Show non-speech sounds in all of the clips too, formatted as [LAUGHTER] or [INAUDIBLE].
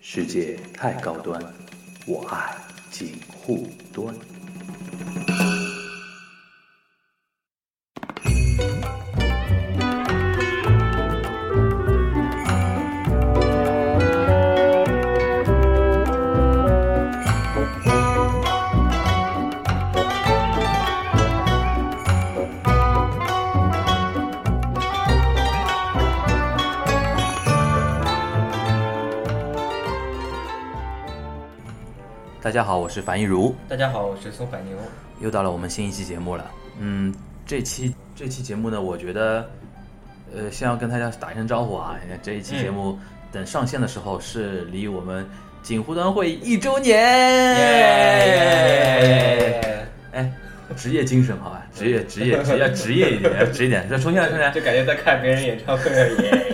世界太高端，我爱锦护端。大家好，我是樊一茹，大家好，我是松柏牛。又到了我们新一期节目了。嗯，这期这期节目呢，我觉得，呃，先要跟大家打一声招呼啊。这一期节目等上线的时候，是离我们锦湖端会一周年。哎，职业精神好吧，职业职业职业职业一点， [LAUGHS] 要职业一点。再重新来，重新来，就感觉在看别人演唱会，耶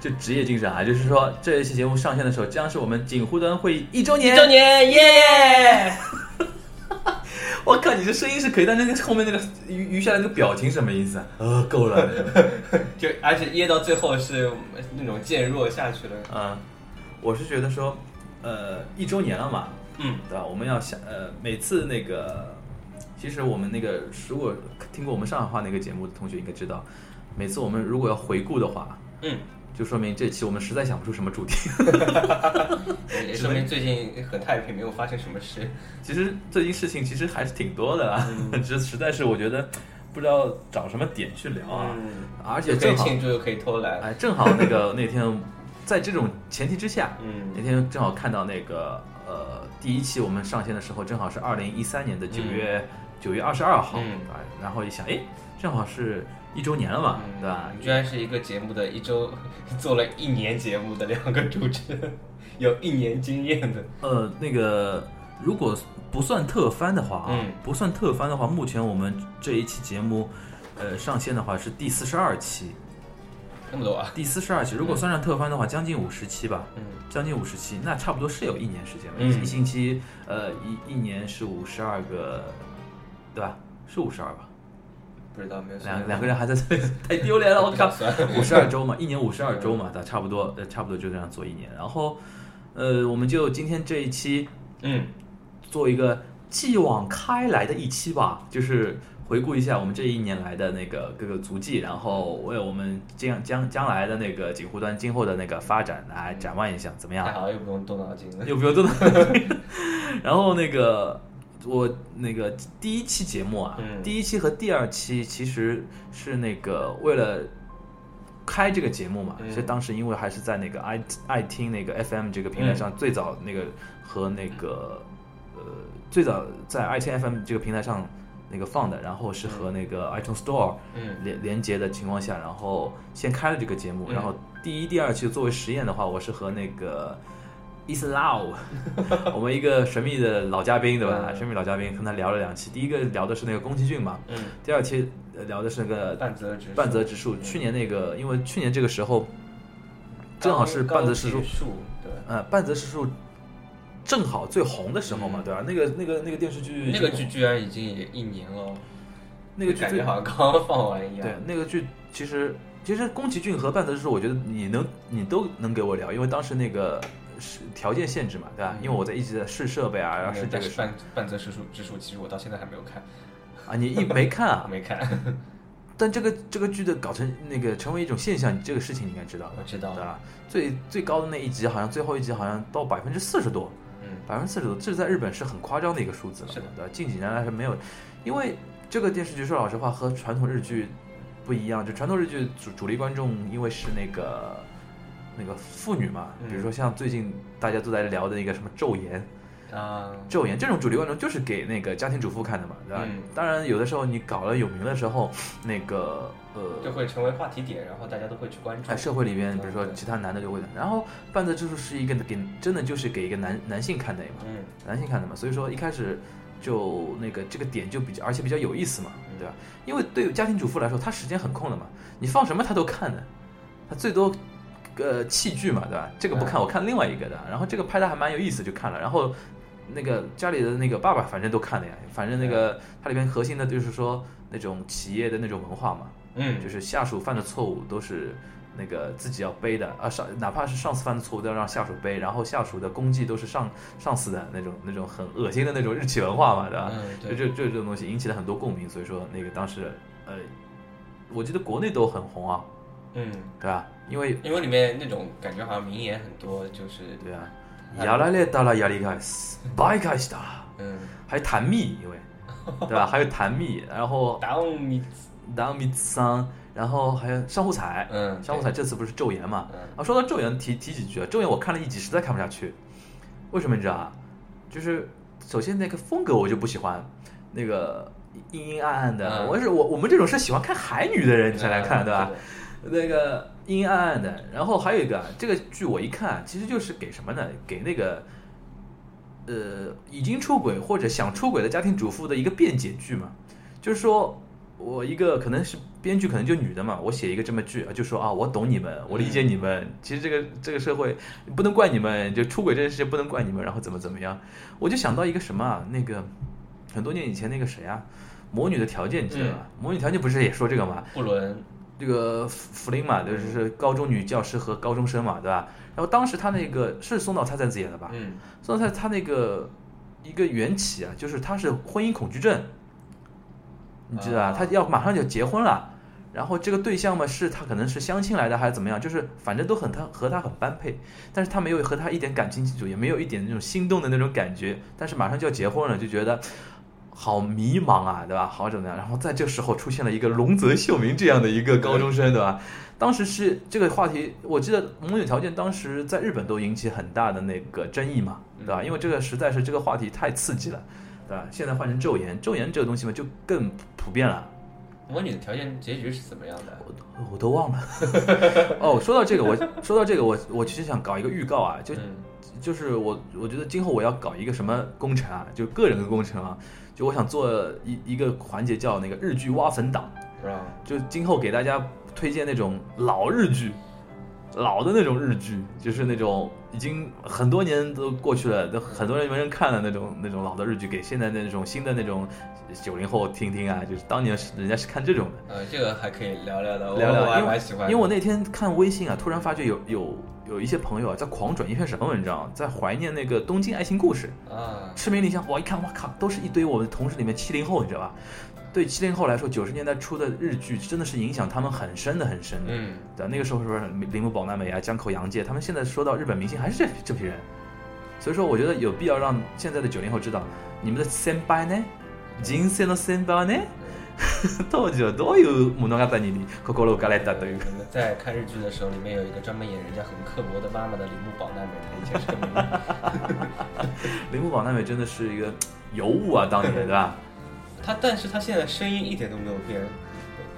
就职业精神啊，就是说这一期节目上线的时候，将是我们锦湖端会议一周年。耶！[LAUGHS] 一周年，耶！我靠，你这声音是可以，但那个后面那个余余下来那个表情什么意思啊？呃，够了，就而且耶到最后是那种渐弱下去了。 [LAUGHS] 嗯，我是觉得说，呃，一周年了嘛，嗯，对吧？我们要想，呃，每次那个，其实我们那个如果听过我们上海话那个节目的同学应该知道，每次我们如果要回顾的话，嗯，就说明这期我们实在想不出什么主题。 [LAUGHS] 也也说明最近很太平，没有发生什么事。其实最近事情其实还是挺多的啦， [LAUGHS] 这、实在是我觉得不知道找什么点去聊啊，嗯，而且又可以正好庆祝，又可以偷懒。哎，正好那个 [LAUGHS] 那天，在这种前提之下，那嗯，天正好看到那个呃第一期我们上线的时候，正好是二零一三年的九月九、月二十二号，嗯啊，然后一想，哎，正好是一周年了嘛，对吧嗯？居然是一个节目的一周 [LAUGHS] 做了一年节目的两个主持人， [LAUGHS] 有一年经验的。呃，那个如果不算特番的话啊，嗯不算特番的话，目前我们这一期节目。呃，上线的话是第四十二期，那么多啊？第四十二期，如果算上特番的话，将近五十期吧。嗯将近五十期，那差不多是有一年时间了。嗯一星期，呃，一一年是五十二个，对吧？是五十二吧？不知道没有算两两个人还在 [LAUGHS] 这里，太丢脸了！我不靠想， [LAUGHS] 算。五十二周嘛，一年五十二周嘛，对吧，差不多，呃，差不多就这样做一年。然后，呃，我们就今天这一期嗯，做一个继往开来的一期吧，就是回顾一下我们这一年来的那个各个足迹，然后为我们将将将来的那个锦湖端今后的那个发展来展望一下，怎么样太？好了，又不用动脑筋了。又不用动脑 [LAUGHS] 然后那个我那个第一期节目啊，嗯第一期和第二期其实是那个为了。开这个节目嘛，嗯其实当时因为还是在那个爱爱听那个 FM 这个平台上，最早那个和那个嗯呃最早在爱听 FM 这个平台上那个放的，然后是和那个 iTunes Store 嗯。连连接的情况下，然后先开了这个节目，嗯然后第一、第二期作为实验的话，我是和那个 [LAUGHS] Islau，我们一个神秘的老嘉宾，对吧？嗯神秘老嘉宾跟他聊了两期，第一个聊的是那个宫崎骏嘛，嗯，第二期呃聊的是那个半泽直树半泽直树。嗯去年那个，因为去年这个时候正好是半泽直树高级树，对，呃，半泽直树正好最红的时候嘛，嗯对吧？那个那个那个电视剧，那个剧居然已经也一年了，那个剧感最觉好像刚刚放完一样。对，那个剧其实其实宫崎骏和半泽直树，我觉得你能你都能给我聊，因为当时那个是条件限制嘛，对吧？嗯因为我在一直在试设备啊，然后没有试这但个是半半泽直树直树，其实我到现在还没有看，，啊，你一没看啊没看， [LAUGHS] 但这个这个剧的搞成那个成为一种现象，你这个事情你应该知道，我知对道，吧？最最高的那一集好像最后一集好像到百分之四十多， [LAUGHS] 嗯百分之四十多，这在日本是很夸张的一个数字了，是的对吧？近几年来是没有，因为这个电视剧说老实话和传统日剧不一样，就传统日剧主主力观众因为是那个那个妇女嘛，嗯比如说像最近大家都在聊的一个什么《昼颜》，啊， 《昼颜》这种主力观众就是给那个家庭主妇看的嘛，对吧？嗯当然有的时候你搞了有名的时候，那个就呃。会成为话题点，然后大家都会去关注在。社会里边，嗯比如说对其他男的就会的，然后《半泽直树》是一个给真的就是给一个男男性看的嘛，嗯男性看的嘛，所以说一开始就那个这个点就比较，而且比较有意思嘛，对吧？因为对于家庭主妇来说，她时间很空的嘛，你放什么她都看的，她最多呃器具嘛，对吧？这个不看，我看另外一个的，然后这个拍的还蛮有意思，就看了，然后。那个家里的那个爸爸，反正都看了呀。反正那个它里边核心的就是说那种企业的那种文化嘛，嗯，就是下属犯的错误都是那个自己要背的啊，上哪怕是上司犯的错误都要让下属背，然后下属的功绩都是上上司的那种那种很恶心的那种日企文化嘛，对吧？嗯，啊就对，这这这种东西引起了很多共鸣，所以说那个当时呃，我记得国内都很红啊，嗯，对吧？因为因为里面那种感觉好像名言很多，就是对啊，やられたらやり返す、倍返しだ，嗯，还有弹蜜，因为对吧？还有弹蜜，然后达翁米，当米桑，然后还有上户彩，嗯，上户彩这次不是昼颜嘛？嗯啊，说到昼颜，提提几句啊。昼颜我看了一集，实在看不下去。为什么你知道啊？就是首先那个风格我就不喜欢，那个阴阴暗暗的。嗯我是我我们这种是喜欢看海女的人你才来看，嗯对吧？？那个阴阴暗暗的。然后还有一个啊，这个剧我一看，其实就是给什么呢？给那个呃已经出轨或者想出轨的家庭主妇的一个辩解剧嘛。就是说我一个可能是编剧，可能就女的嘛，我写一个这么剧，就说啊，我懂你们，我理解你们。其实这个这个社会不能怪你们，就出轨这件事情不能怪你们，然后怎么怎么样。我就想到一个什么啊，那个很多年以前那个谁啊。魔女的条件，你记得吧？魔女条件不是也说这个吗？布伦，这个弗林嘛，就是高中女教师和高中生嘛，对吧？然后当时他那个是松岛菜菜子演的吧？嗯，松岛菜他那个一个缘起啊，就是他是婚姻恐惧症，你知道吧？啊他要马上就要结婚了，然后这个对象嘛是他可能是相亲来的还是怎么样，就是反正都很他和他很般配，但是他没有和他一点感情基础，也没有一点那种心动的那种感觉，但是马上就要结婚了，就觉得。好迷茫啊，对吧？好怎么样？然后在这时候出现了一个龙泽秀明这样的一个高中生，对吧？当时是这个话题，我记得母女条件当时在日本都引起很大的那个争议嘛，对吧？因为这个实在是这个话题太刺激了，对吧？现在换成昼颜，昼颜这个东西嘛就更普遍了。魔女的条件结局是怎么样的？我我都忘了。 [LAUGHS] 哦，说到这个，我说到这个，我我其实想搞一个预告啊，就嗯就是我我觉得今后我要搞一个什么工程啊，就个人的工程啊，就我想做一一个环节叫那个日剧挖坟党。让就今后给大家推荐那种老日剧，老的那种日剧，就是那种已经很多年都过去了，都很多人没人看了那种那种老的日剧，给现在那种新的那种九零后听听啊，就是当年是人家是看这种的。呃，这个还可以聊聊的，我聊聊我还因为蛮喜欢因为的，我那天看微信啊，突然发觉有有有一些朋友啊在狂转一篇什么文章，在怀念那个《东京爱情故事》。啊，赤名里香，我一看，我靠，都是一堆我们同事里面七零后，你知道吧？对七零后来说，九十年代初的日剧真的是影响他们很深的、很深的。嗯，对，那个时候是不是铃木保奈美啊、江口洋介，他们现在说到日本明星还是这这批人，所以说我觉得有必要让现在的九零后知道，你们的先輩呢，人生の先輩呢，当時はどういう物語に心を打たれたという。我们在看日剧的时候，里面有一个专门演人家很刻薄的妈妈的铃木保奈美，她以前是个名人。铃木保奈美真的是一个尤物啊，当年对 [LAUGHS] 吧？她，但是她现在声音一点都没有变。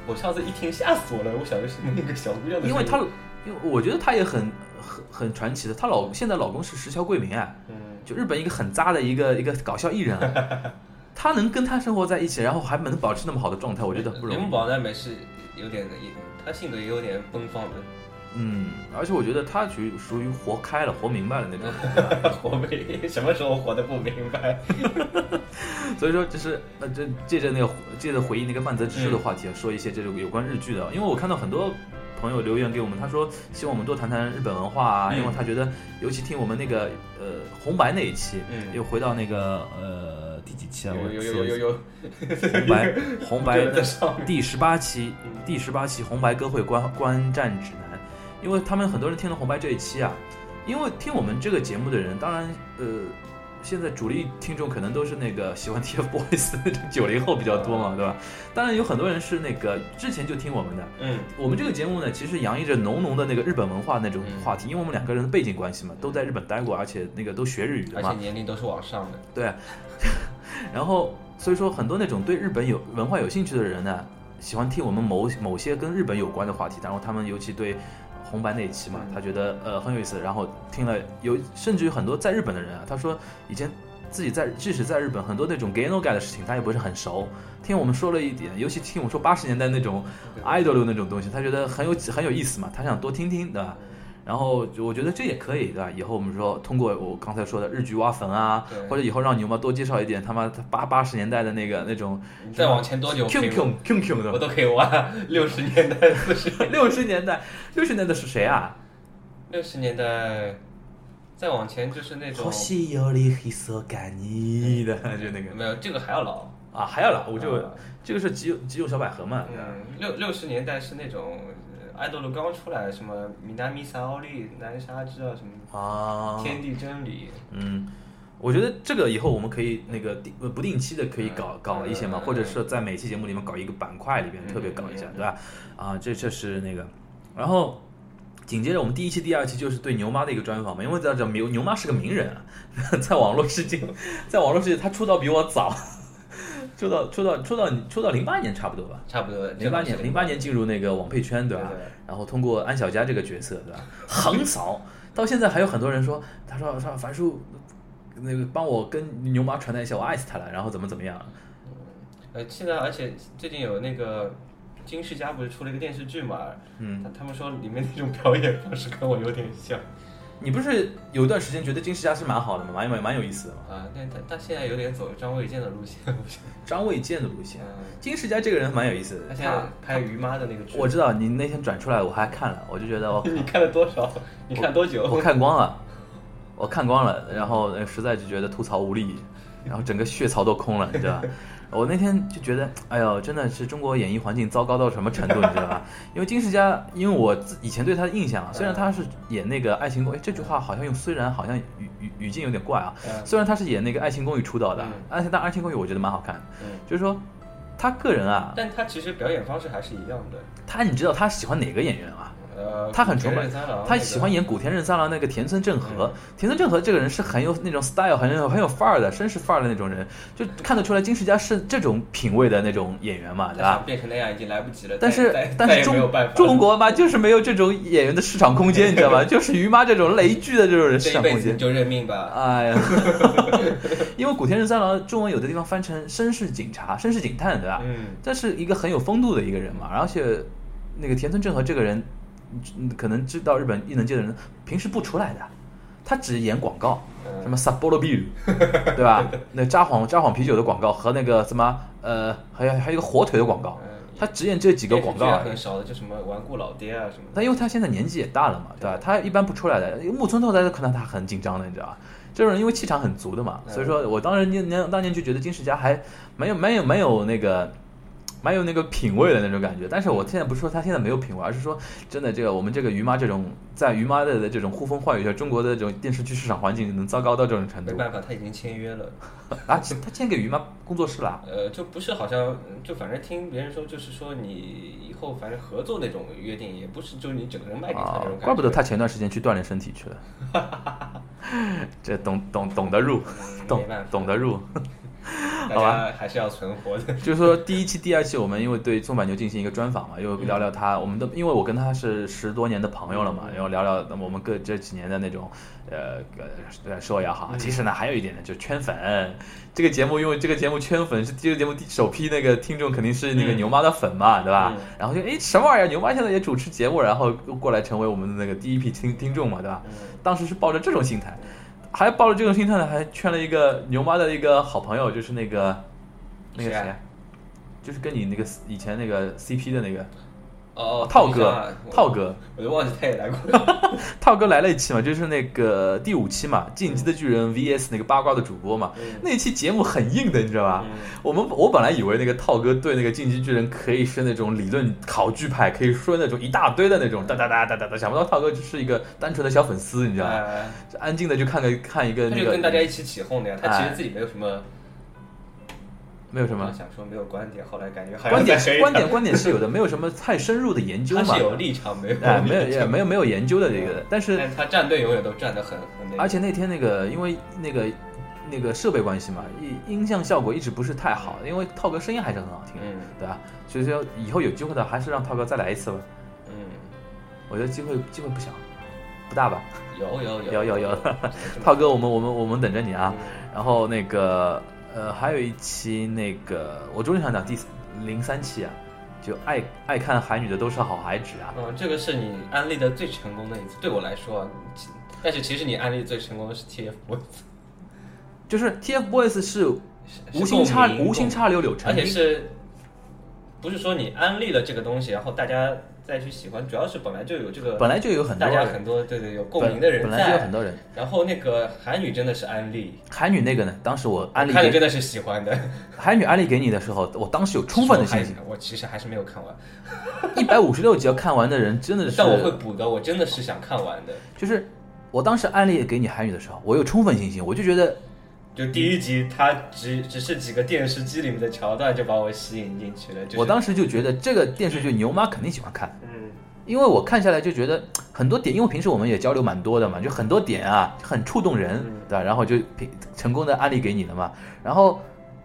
我上次一听吓死我了，我想的是那个小姑娘的声音。因为她，因为我觉得她也很很很传奇的，她老现在老公是石桥贵明啊，嗯，就日本一个很渣的一个一个搞笑艺人啊， [LAUGHS] 他能跟她生活在一起，然后还能保持那么好的状态，我觉得很不容易铃木。保奈美是有点，也她性格也有点奔放的。嗯，而且我觉得他属于属于活开了、活明白了 [LAUGHS] 那种，活没什么时候活得不明白？所以说就是呃，这借着那个借着回忆那个半泽直树的话题啊，说一些这种有关日剧的，因为我看到很多朋友留言给我们，他说希望我们多谈谈日本文化啊，嗯因为他觉得尤其听我们那个呃红白那一期，嗯又回到那个呃第几期啊？我有有搜有一下有有，红白红白 [LAUGHS] 对在上面第十八期嗯第十八期红白歌会观观战指南，因为他们很多人听了红白这一期啊，因为听我们这个节目的人，当然呃，现在主力听众可能都是那个喜欢 TFBOYS 的那种 [LAUGHS] 九零后比较多嘛，对吧？当然有很多人是那个之前就听我们的。嗯我们这个节目呢，其实洋溢着浓浓的那个日本文化那种话题，因为我们两个人的背景关系嘛，都在日本待过，而且那个都学日语的而嘛且，年龄都是往上的。对，然后所以说很多那种对日本有文化有兴趣的人呢，喜欢听我们某某些跟日本有关的话题，然后他们尤其对红白那一期嘛，他觉得呃很有意思，然后听了有甚至于很多在日本的人啊，他说以前。自己在即使在日本，很多那种 gay no gay 的事情，他也不是很熟。听我们说了一点，尤其听我们说八十年代那种 idol 那种东西，他觉得很有很有意思嘛，他想多听听，对吧？然后我觉得这也可以，对吧？以后我们说通过我刚才说的日剧挖坟啊对，或者以后让牛妈多介绍一点他妈八八十年代的那个那种你再往前多久 Q 可以 Q Q Q 我的，都可以挖 [LAUGHS] 六十年 [LAUGHS] 代、四十六十年代六十年代是谁啊？六十年代，再往前就是那种西有里黑色干你的， [LAUGHS] 就那个没有这个还要老。啊，还要了，我就啊这个是极极有小百合嘛，嗯，六六十年代是那种呃爱豆路刚出来，什么米南米萨奥利、南沙之啊，什么啊，天地真理，嗯，我觉得这个以后我们可以那个定呃不定期的可以搞嗯搞一些嘛，嗯或者是在每期节目里面搞一个板块里面嗯特别搞一下嗯，嗯对吧？啊，这这是那个，然后。紧接着我们第一期、第二期就是对牛妈的一个专访嘛，因为大家知道牛牛妈是个名人啊， [LAUGHS] 在网络世界，在网络世界她出道比我早， [LAUGHS] 出道出道出道出道零八年差不多吧，差不多。零八年零八年进入那个网配圈，对吧？对对然后通过安小佳这个角色，对吧？横扫，到现在还有很多人说，他说说樊叔，那个帮我跟牛妈传达一下，我爱死他了，然后怎么怎么样？呃，现在而且最近有那个金世佳不是出了一个电视剧嘛，嗯，他他们说里面那种表演方式跟我有点像你不是有一段时间觉得金世佳是蛮好的吗？蛮蛮蛮有意思的吗？啊，但他他现在有点走张卫健的路线， [LAUGHS] 我觉得。张卫健的路线，嗯，金世佳这个人蛮有意思他的。现在他拍于妈的那个剧，我知道你那天转出来，我还看了，我就觉得我靠你看了多少？你看多久？我看光了，我看光了，然后呃实在就觉得吐槽无力，然后整个血槽都空了，你知道吧？ [LAUGHS] 我那天就觉得，哎呦，真的是中国演艺环境糟糕到什么程度，你知道吧？ [LAUGHS] 因为金世佳，因为我自以前对他的印象啊，虽然他是演那个《爱情公寓》，哎这句话好像用虽然好像语语语境有点怪啊，嗯虽然他是演那个《爱情公寓》出道的嗯，而且但《爱情公寓》我觉得蛮好看的， [LAUGHS] 嗯，就是说他个人啊，但他其实表演方式还是一样的。他你知道他喜欢哪个演员吗？呃，他很古崇田拜任三郎他那个嗯喜欢演古田任三郎那个田村正和。田村正和这个人是很有那种 style，很有很有范儿的绅士范儿的那种人，就看得出来金世佳是这种品味的那种演员嘛，对他吧想？变成那样已经来不及了，但是再再但再是也没有中办法了。中国嘛，就是没有这种演员的市场空间，你知道 [LAUGHS] 吧？就是于妈这种雷剧的这种人市这一场辈空子你间。就认命吧。哎 [LAUGHS] 呀，因为古田任三郎中文有的地方翻成绅士警察、绅士警探，对吧？嗯，这是一个很有风度的一个人嘛，而且那个田村正和这个人，嗯可能知道日本艺能界的人平时不出来的，他只演广告，嗯什么 Sapporo Beer，对吧？那札幌札幌啤酒的广告和那个什么呃，还有还有一个火腿的广告，嗯他只演这几个广告电视剧而还已很。少的，就什么顽固老爹啊什么的。但因为他现在年纪也大了嘛，对吧？他一般不出来的。因为木村拓哉都看到他很紧张的，你知道吧？这种人因为气场很足的嘛，嗯所以说我当时年年当年就觉得金世佳还蛮有蛮有蛮有那个蛮有那个品味的那种感觉。但是我现在不是说他现在没有品味，而是说真的这个我们这个于妈这种在于妈的这种呼风唤雨下，中国的这种电视剧市场环境能糟糕到这种程没度办法，他已经签约了。啊？其实他签给于妈工作室了啊，呃，就不是好像，就反正听别人说，就是说你以后反正合作那种约定，也不是就你整个人卖给他啊那种感觉。怪不得他前段时间去锻炼身体去了。 [LAUGHS] 这懂懂懂得入，嗯懂没办法懂得入。好大家吧还是要存活的。 [LAUGHS] 就是说第一期、第二期，我们因为对宋柏牛进行一个专访嘛，又聊聊他，我们的，因为我跟他是十多年的朋友了嗯嘛，然后聊聊我们各这几年的那种，呃，呃，说也嗯好，其实呢，还有一点呢，就是圈粉。这个节目，因为这个节目圈粉是这个节目第首批那个听众肯定是那个嗯牛妈的粉嘛，对吧嗯？然后就哎什么玩意儿，牛妈现在也主持节目，然后过来成为我们的那个第一批听听众嘛，对吧？ [LAUGHS] 嗯当时是抱着这种心态，还抱着这种心态呢，还圈了一个牛妈的一个好朋友，就是那个那个谁谁啊啊，就是跟你那个以前那个 CP 的那个哦，套你想哥啊，套，哥，我我都忘记他也来过了。套哥来了一期嘛，就是那个第五期嘛，《进击的巨人》VS 那个八卦的主播嘛， [LAUGHS] 嗯那期节目很硬的，你知道吧？嗯我们我本来以为那个套哥对那个进击巨人可以是那种理论考据派，可以说那种一大堆的那种哒哒哒哒哒哒，想不到套哥只是一个单纯的小粉丝，你知道吧？哎安静的就看个看一个他那就个跟大家一起起哄的呀，他其哎实自己没有什么，没有什么想说没有观点，后来感觉好像观点在黑，观点观点是有的，没有什么太深入的研究 [LAUGHS] 他嘛是。有立场没有？哎，没有也没有没有研究的这个，但是但是他站队永远都站得很很那个。而且那天那个因为那个那个设备关系嘛，音音像效果一直不是太好，因为涛哥声音还是很好听，嗯对吧？所以说以后有机会的还是让涛哥再来一次吧，嗯，我觉得机会机会不小，不大吧？有有有有有有有 [LAUGHS] 涛哥，我们我们我们等着你啊。嗯然后那个呃，还有一期那个我终于想讲第零三期啊，就爱爱看韩语的都是好孩子啊。嗯，这个是你安利的最成功的一次，对我来说啊，其但是其实你安利最成功的是 TFBOYS，就是 TFBOYS 是是无心插是共鸣无心插柳柳而成且荫，是不是说你安利了这个东西，然后大家再去喜欢，主要是本来就有这个，本来就有很多大家人很多对对有共本鸣的人本来就有在很，多人。然后那个韩语真的是安利，韩语那个呢，当时我安利看了给真的是喜欢的，韩语安利给你的时候，我当时有充分的信心，说还我其实还是没有看完， [LAUGHS] 一百五十六集要看完的人真的是但我会补的，我真的是想看完的。就是我当时安利给你韩语的时候，我有充分信心，我就觉得就第一集，它只只是几个电视机里面的桥段就把我吸引进去了。就是、我当时就觉得这个电视剧牛妈肯定喜欢看，嗯，因为我看下来就觉得很多点，因为平时我们也交流蛮多的嘛，就很多点啊很触动人嗯，对吧？然后就平成功的安利给你了嘛。然后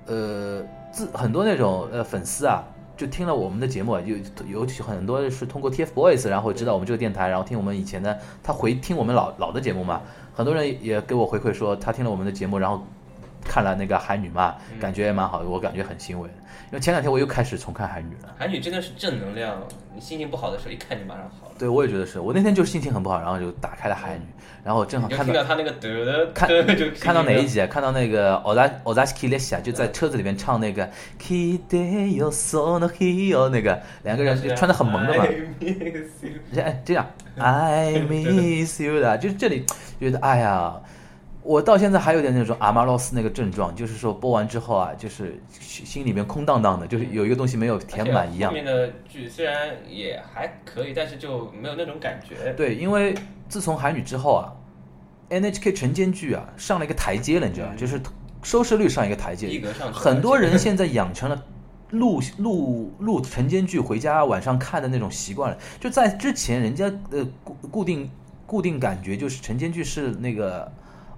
呃，自很多那种呃粉丝啊，就听了我们的节目啊，就尤其很多是通过 TFBOYS，然后知道我们这个电嗯台，然后听我们以前的，他回听我们老老的节目嘛，很多人也给我回馈说他听了我们的节目，然后。看了那个韩语嘛，嗯感觉也蛮好的，我感觉很欣慰。因为前两天我又开始重看韩语了，韩语真的是正能量，你心情不好的时候一看就马上好了。对，我也觉得是。我那天就是心情很不好，然后就打开了韩语，然后正好嗯你就看听到到他那个得的，看得 [LAUGHS] 就看到哪一集？集啊，看到那个 Oda Odaski l e s i a 就嗯在车子里面唱那个 Kide yo sono hio 那个两个人就穿的很萌的哎嘛，嘛。哎 [LAUGHS] 这样嗯 I miss you 的，就是这里觉得哎呀。我到现在还有点那种阿玛洛斯那个症状，就是说播完之后啊，就是心心里面空荡荡的，就是有一个东西没有填满一样啊后。面的剧虽然也还可以，但是就没有那种感觉。对，因为自从韩语之后啊，NHK 晨间剧啊上了一个台阶了，你知道吗？嗯就是收视率上一个台一阶，格上去很多人现在养成了。录录录晨间剧回家晚上看的那种习惯了，就在之前人家呃固固定固定感觉就是晨间剧是那个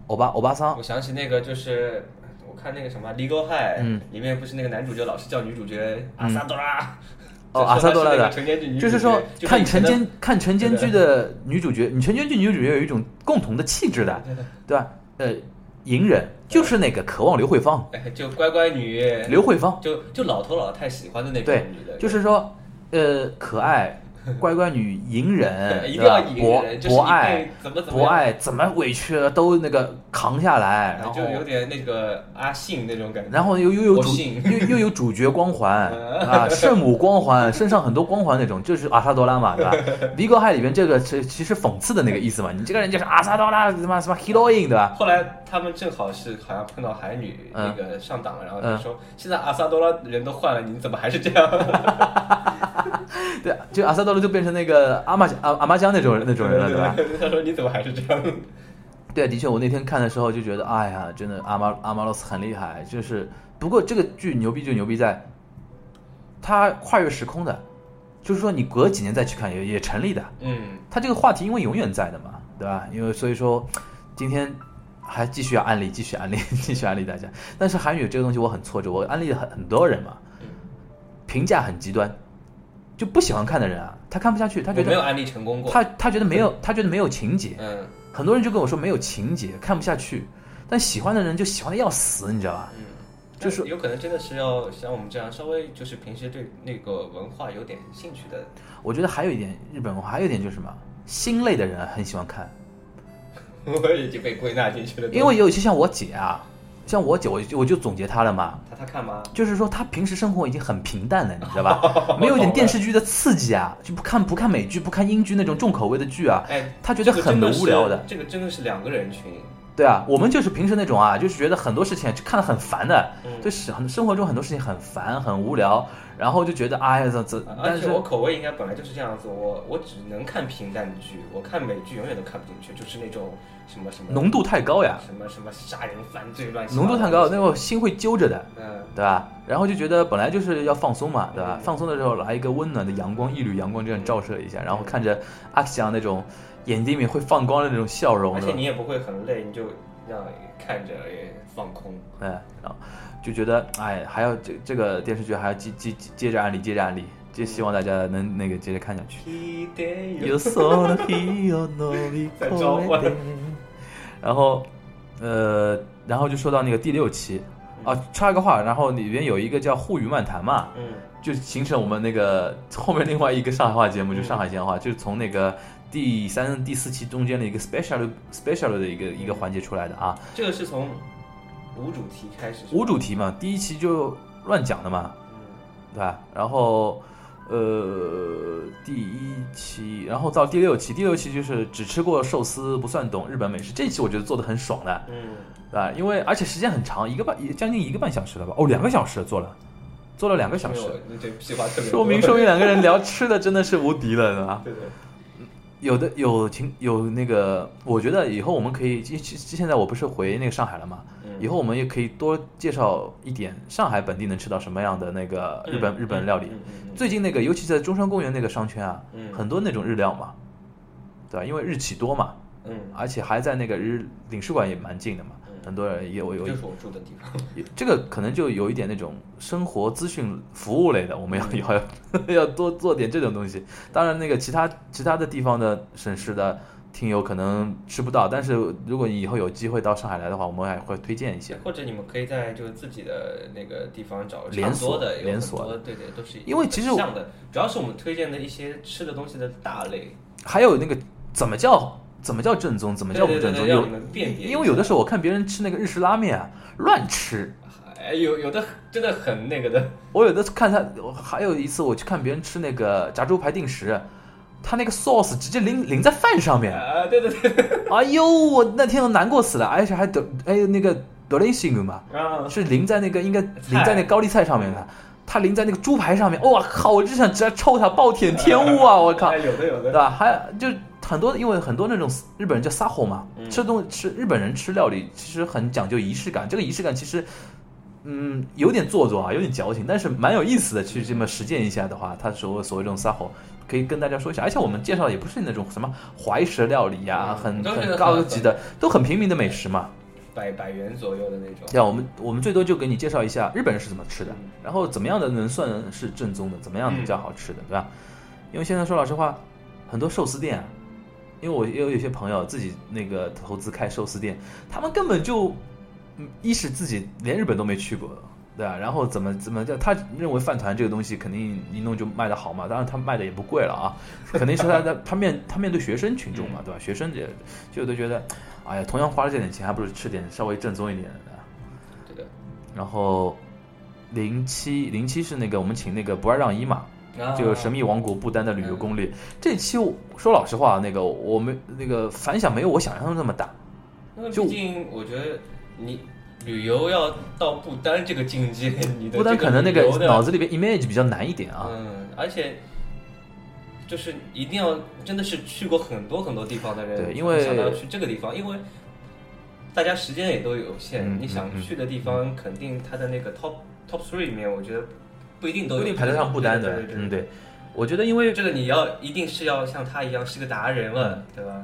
欧巴欧巴桑，我想起那个就是。我看那个什么《Legal High》，嗯，里面不是那个男主角老是叫女主角阿萨多拉， [LAUGHS] 哦阿萨多拉的成年剧女主就角，是说就看以前晨的间看晨间对剧的女主角，你晨间剧女主角有一种共同的气质的，对吧？呃，隐忍就是那个渴望刘慧芳，哎，就乖乖女，刘慧芳就就老头老太喜欢的那种对女的，，就是说，呃，可爱、 [LAUGHS] 乖乖女、隐忍，一定嗯对吧要引博人，就是博你爱、被怎么怎么博样，爱，怎么委屈了都那个扛下来，然哎后就有点 [LAUGHS] 那个阿信那种感觉。然后又又有我主信又又有主角光 [LAUGHS] 环啊，圣母光环，身上很多光环那种，就是阿萨多拉嘛， [LAUGHS] 对吧？《离国海》里面这个是其实讽刺的那个意思嘛，你这个人就是阿萨多拉什么什么 heroine 对吧？后来他们正好是好像碰到海女那个上档了，然后嗯他说：“现在阿萨多拉人都换了，你怎么还是这样对，就阿萨多拉就变成那个阿玛阿阿玛江那种人那？”种人了，对吧？ [LAUGHS] 对对对他说：“你怎么还是这样对，的确，我那天看的时候就觉得，哎呀，真的阿马阿马洛斯很厉害。就是，不过这个剧牛逼就牛逼在，它跨越时空的，就是说你隔几年再去看也也成立的。？”嗯，它这个话题因为永远在的嘛，对吧？因为所以说，今天还继续要安利，继续安利， [LAUGHS] 继续安利大家。但是韩语这个东西我很挫折，我安利了很很多人嘛嗯，评价很极端，就不喜欢看的人啊，他看不下去，他觉我没有得安利成功过。他他觉得没有，他觉得没有情节。嗯很多人就跟我说没有情节，看不下去。但喜欢的人就喜欢的要死，你知道吧？嗯，就是但有可能真的是要像我们这样稍微就是平时对那个文化有点兴趣的，我觉得还有一点日本文化，还有一点就是什么，心累的人很喜欢看，我已经被归纳进去了。因为尤其像我姐啊，像我姐，我就我就总结她了嘛，他他看吗？就是说她平时生活已经很平淡了，你知道 [LAUGHS] 吧？没有一点电视剧的刺激啊，就不看不看美剧，不看英剧那种重口味的剧啊，哎，她觉得很无聊的。这个真的是两个人群，对啊，我们就是平时那种啊，就是觉得很多事情看得很烦的，嗯就是很生活中很多事情很烦很无聊，然后就觉得哎呀怎怎，呃而但且是我口味应该本来就是这样子，我我只能看平淡剧，我看美剧永远都看不进去，就是那种什么什么浓度太高呀，什么什么杀人犯罪乱七八浓糟度太高，那我心会揪着的，嗯，对吧？然后就觉得本来就是要放松嘛，对吧？嗯放松的时候来一个温暖的阳光，一缕阳光这样照射一下，然后看着阿克祥那种眼睛里面会放光的那种笑容，而对 [LAUGHS] 且吧？你也不会很累，你就这样看着也放空。嗯，然后就觉得哎，还要这这个电视剧还要接接接接着安利，接着安利，就希望大家能那个接着看下去。有所的必要 [LAUGHS] 努力在召唤然后，呃，然后就说到那个第六期，啊，插个话，然后里边有一个叫沪语漫谈嘛，嗯就形成我们那个后面另外一个上海话节目，就上嗯海闲话，就是从那个第三、第四期中间的一个 special special 的一个一个环节出来的啊，这个是从无主题开始，无主题嘛，第一期就乱讲的嘛，嗯对吧？然后呃，第一期，然后到第六期，第六期就是只吃过寿司不算懂日本美食，这一期我觉得做的很爽的，嗯，对吧？因为而且时间很长，一个半也将近一个半小时了吧？哦，两个小时做了，做了两个小时。没有，对屁话特别多说明说明两个人聊吃的真的是无敌了，对吧？ [LAUGHS] 对对，有的有情有那个，我觉得以后我们可以，其其其现在我不是回那个上海了嘛，嗯以后我们也可以多介绍一点上海本地能吃到什么样的那个日本、嗯日本料理。嗯嗯嗯最近那个，尤其在中山公园那个商圈啊，嗯很多那种日料嘛，对吧？因为日企多嘛，嗯，而且还在那个日领事馆也蛮近的嘛，嗯很多人也有有就是我住的地方，也这个可能就有一点那种生活资讯服务类的，我们要嗯要要多做点这种东西。当然，那个其他其他的地方的省市的听友可能吃不到，但是如果你以后有机会到上海来的话，我们还会推荐一些。或者你们可以在就是自己的那个地方找连差不多锁的有很连锁多对对，都是因为其实很我像的，主要是我们推荐的一些吃的东西的大类，还有那个怎么叫怎么叫正宗，怎么叫不正宗？对对对让有你们辨别一下因为有的时候我看别人吃那个日式拉面啊，乱吃。哎，有有的真的很那个的，我有的看他，我还有一次我去看别人吃那个炸猪排定时，他那个 sauce 直接淋淋在饭上面。啊，对对对，哎呦，我那天我难过死了，而且还得哎那个德雷西姆嘛， [LAUGHS] 啊，是淋在那个应该淋在那高丽菜上面的，它淋在那个猪排上面，哇靠！我就想直接抽它暴殄天物啊！我靠哎，，有的有对的，吧？还就很多，因为很多那种日本人叫撒火嘛，嗯吃东吃日本人吃料理其实很讲究仪式感，这个仪式感其实。嗯，有点做作啊，有点矫情，但是蛮有意思的。去这么实践一下的话，他所所谓这种撒火，可以跟大家说一下。而且我们介绍的也不是那种什么怀石料理呀、嗯很都是很很高级的，都很平民的美食嘛。百百元左右的那种，对啊，我们我们最多就给你介绍一下日本人是怎么吃的嗯，然后怎么样的能算是正宗的，怎么样比较好吃的，对吧？因为现在说老实话，很多寿司店啊，因为我也有一些朋友自己那个投资开寿司店，他们根本就，嗯一是自己连日本都没去过，对吧、然后怎么怎么叫他认为饭团这个东西肯定一弄就卖的好嘛，当然他卖的也不贵了啊，肯定是他的他面他面对学生群众嘛，对吧？学生也就都觉得，哎呀，同样花了这点钱，还不如吃点稍微正宗一点的。对的。然后零七零七是那个我们请那个不二让一嘛，啊嗯就《神秘王国不丹的旅游攻略》这期我说老实话，那个我们那个反响没有我想象中那么大。因为就毕竟我觉得你旅游要到不丹这个境界，你的不丹这可能那旅个游的脑子里边 image 比较难一点啊。嗯，而且就是一定要真的是去过很多很多地方的人，对因为想到去这个地方，因为大家时间也都有限，嗯你想去的地方，肯定它的那个 top top three 里面，我觉得不一定都不有一定排得上不丹的对，对对嗯，对，我觉得因为这个你要一定是要像他一样是个达人了，对吧？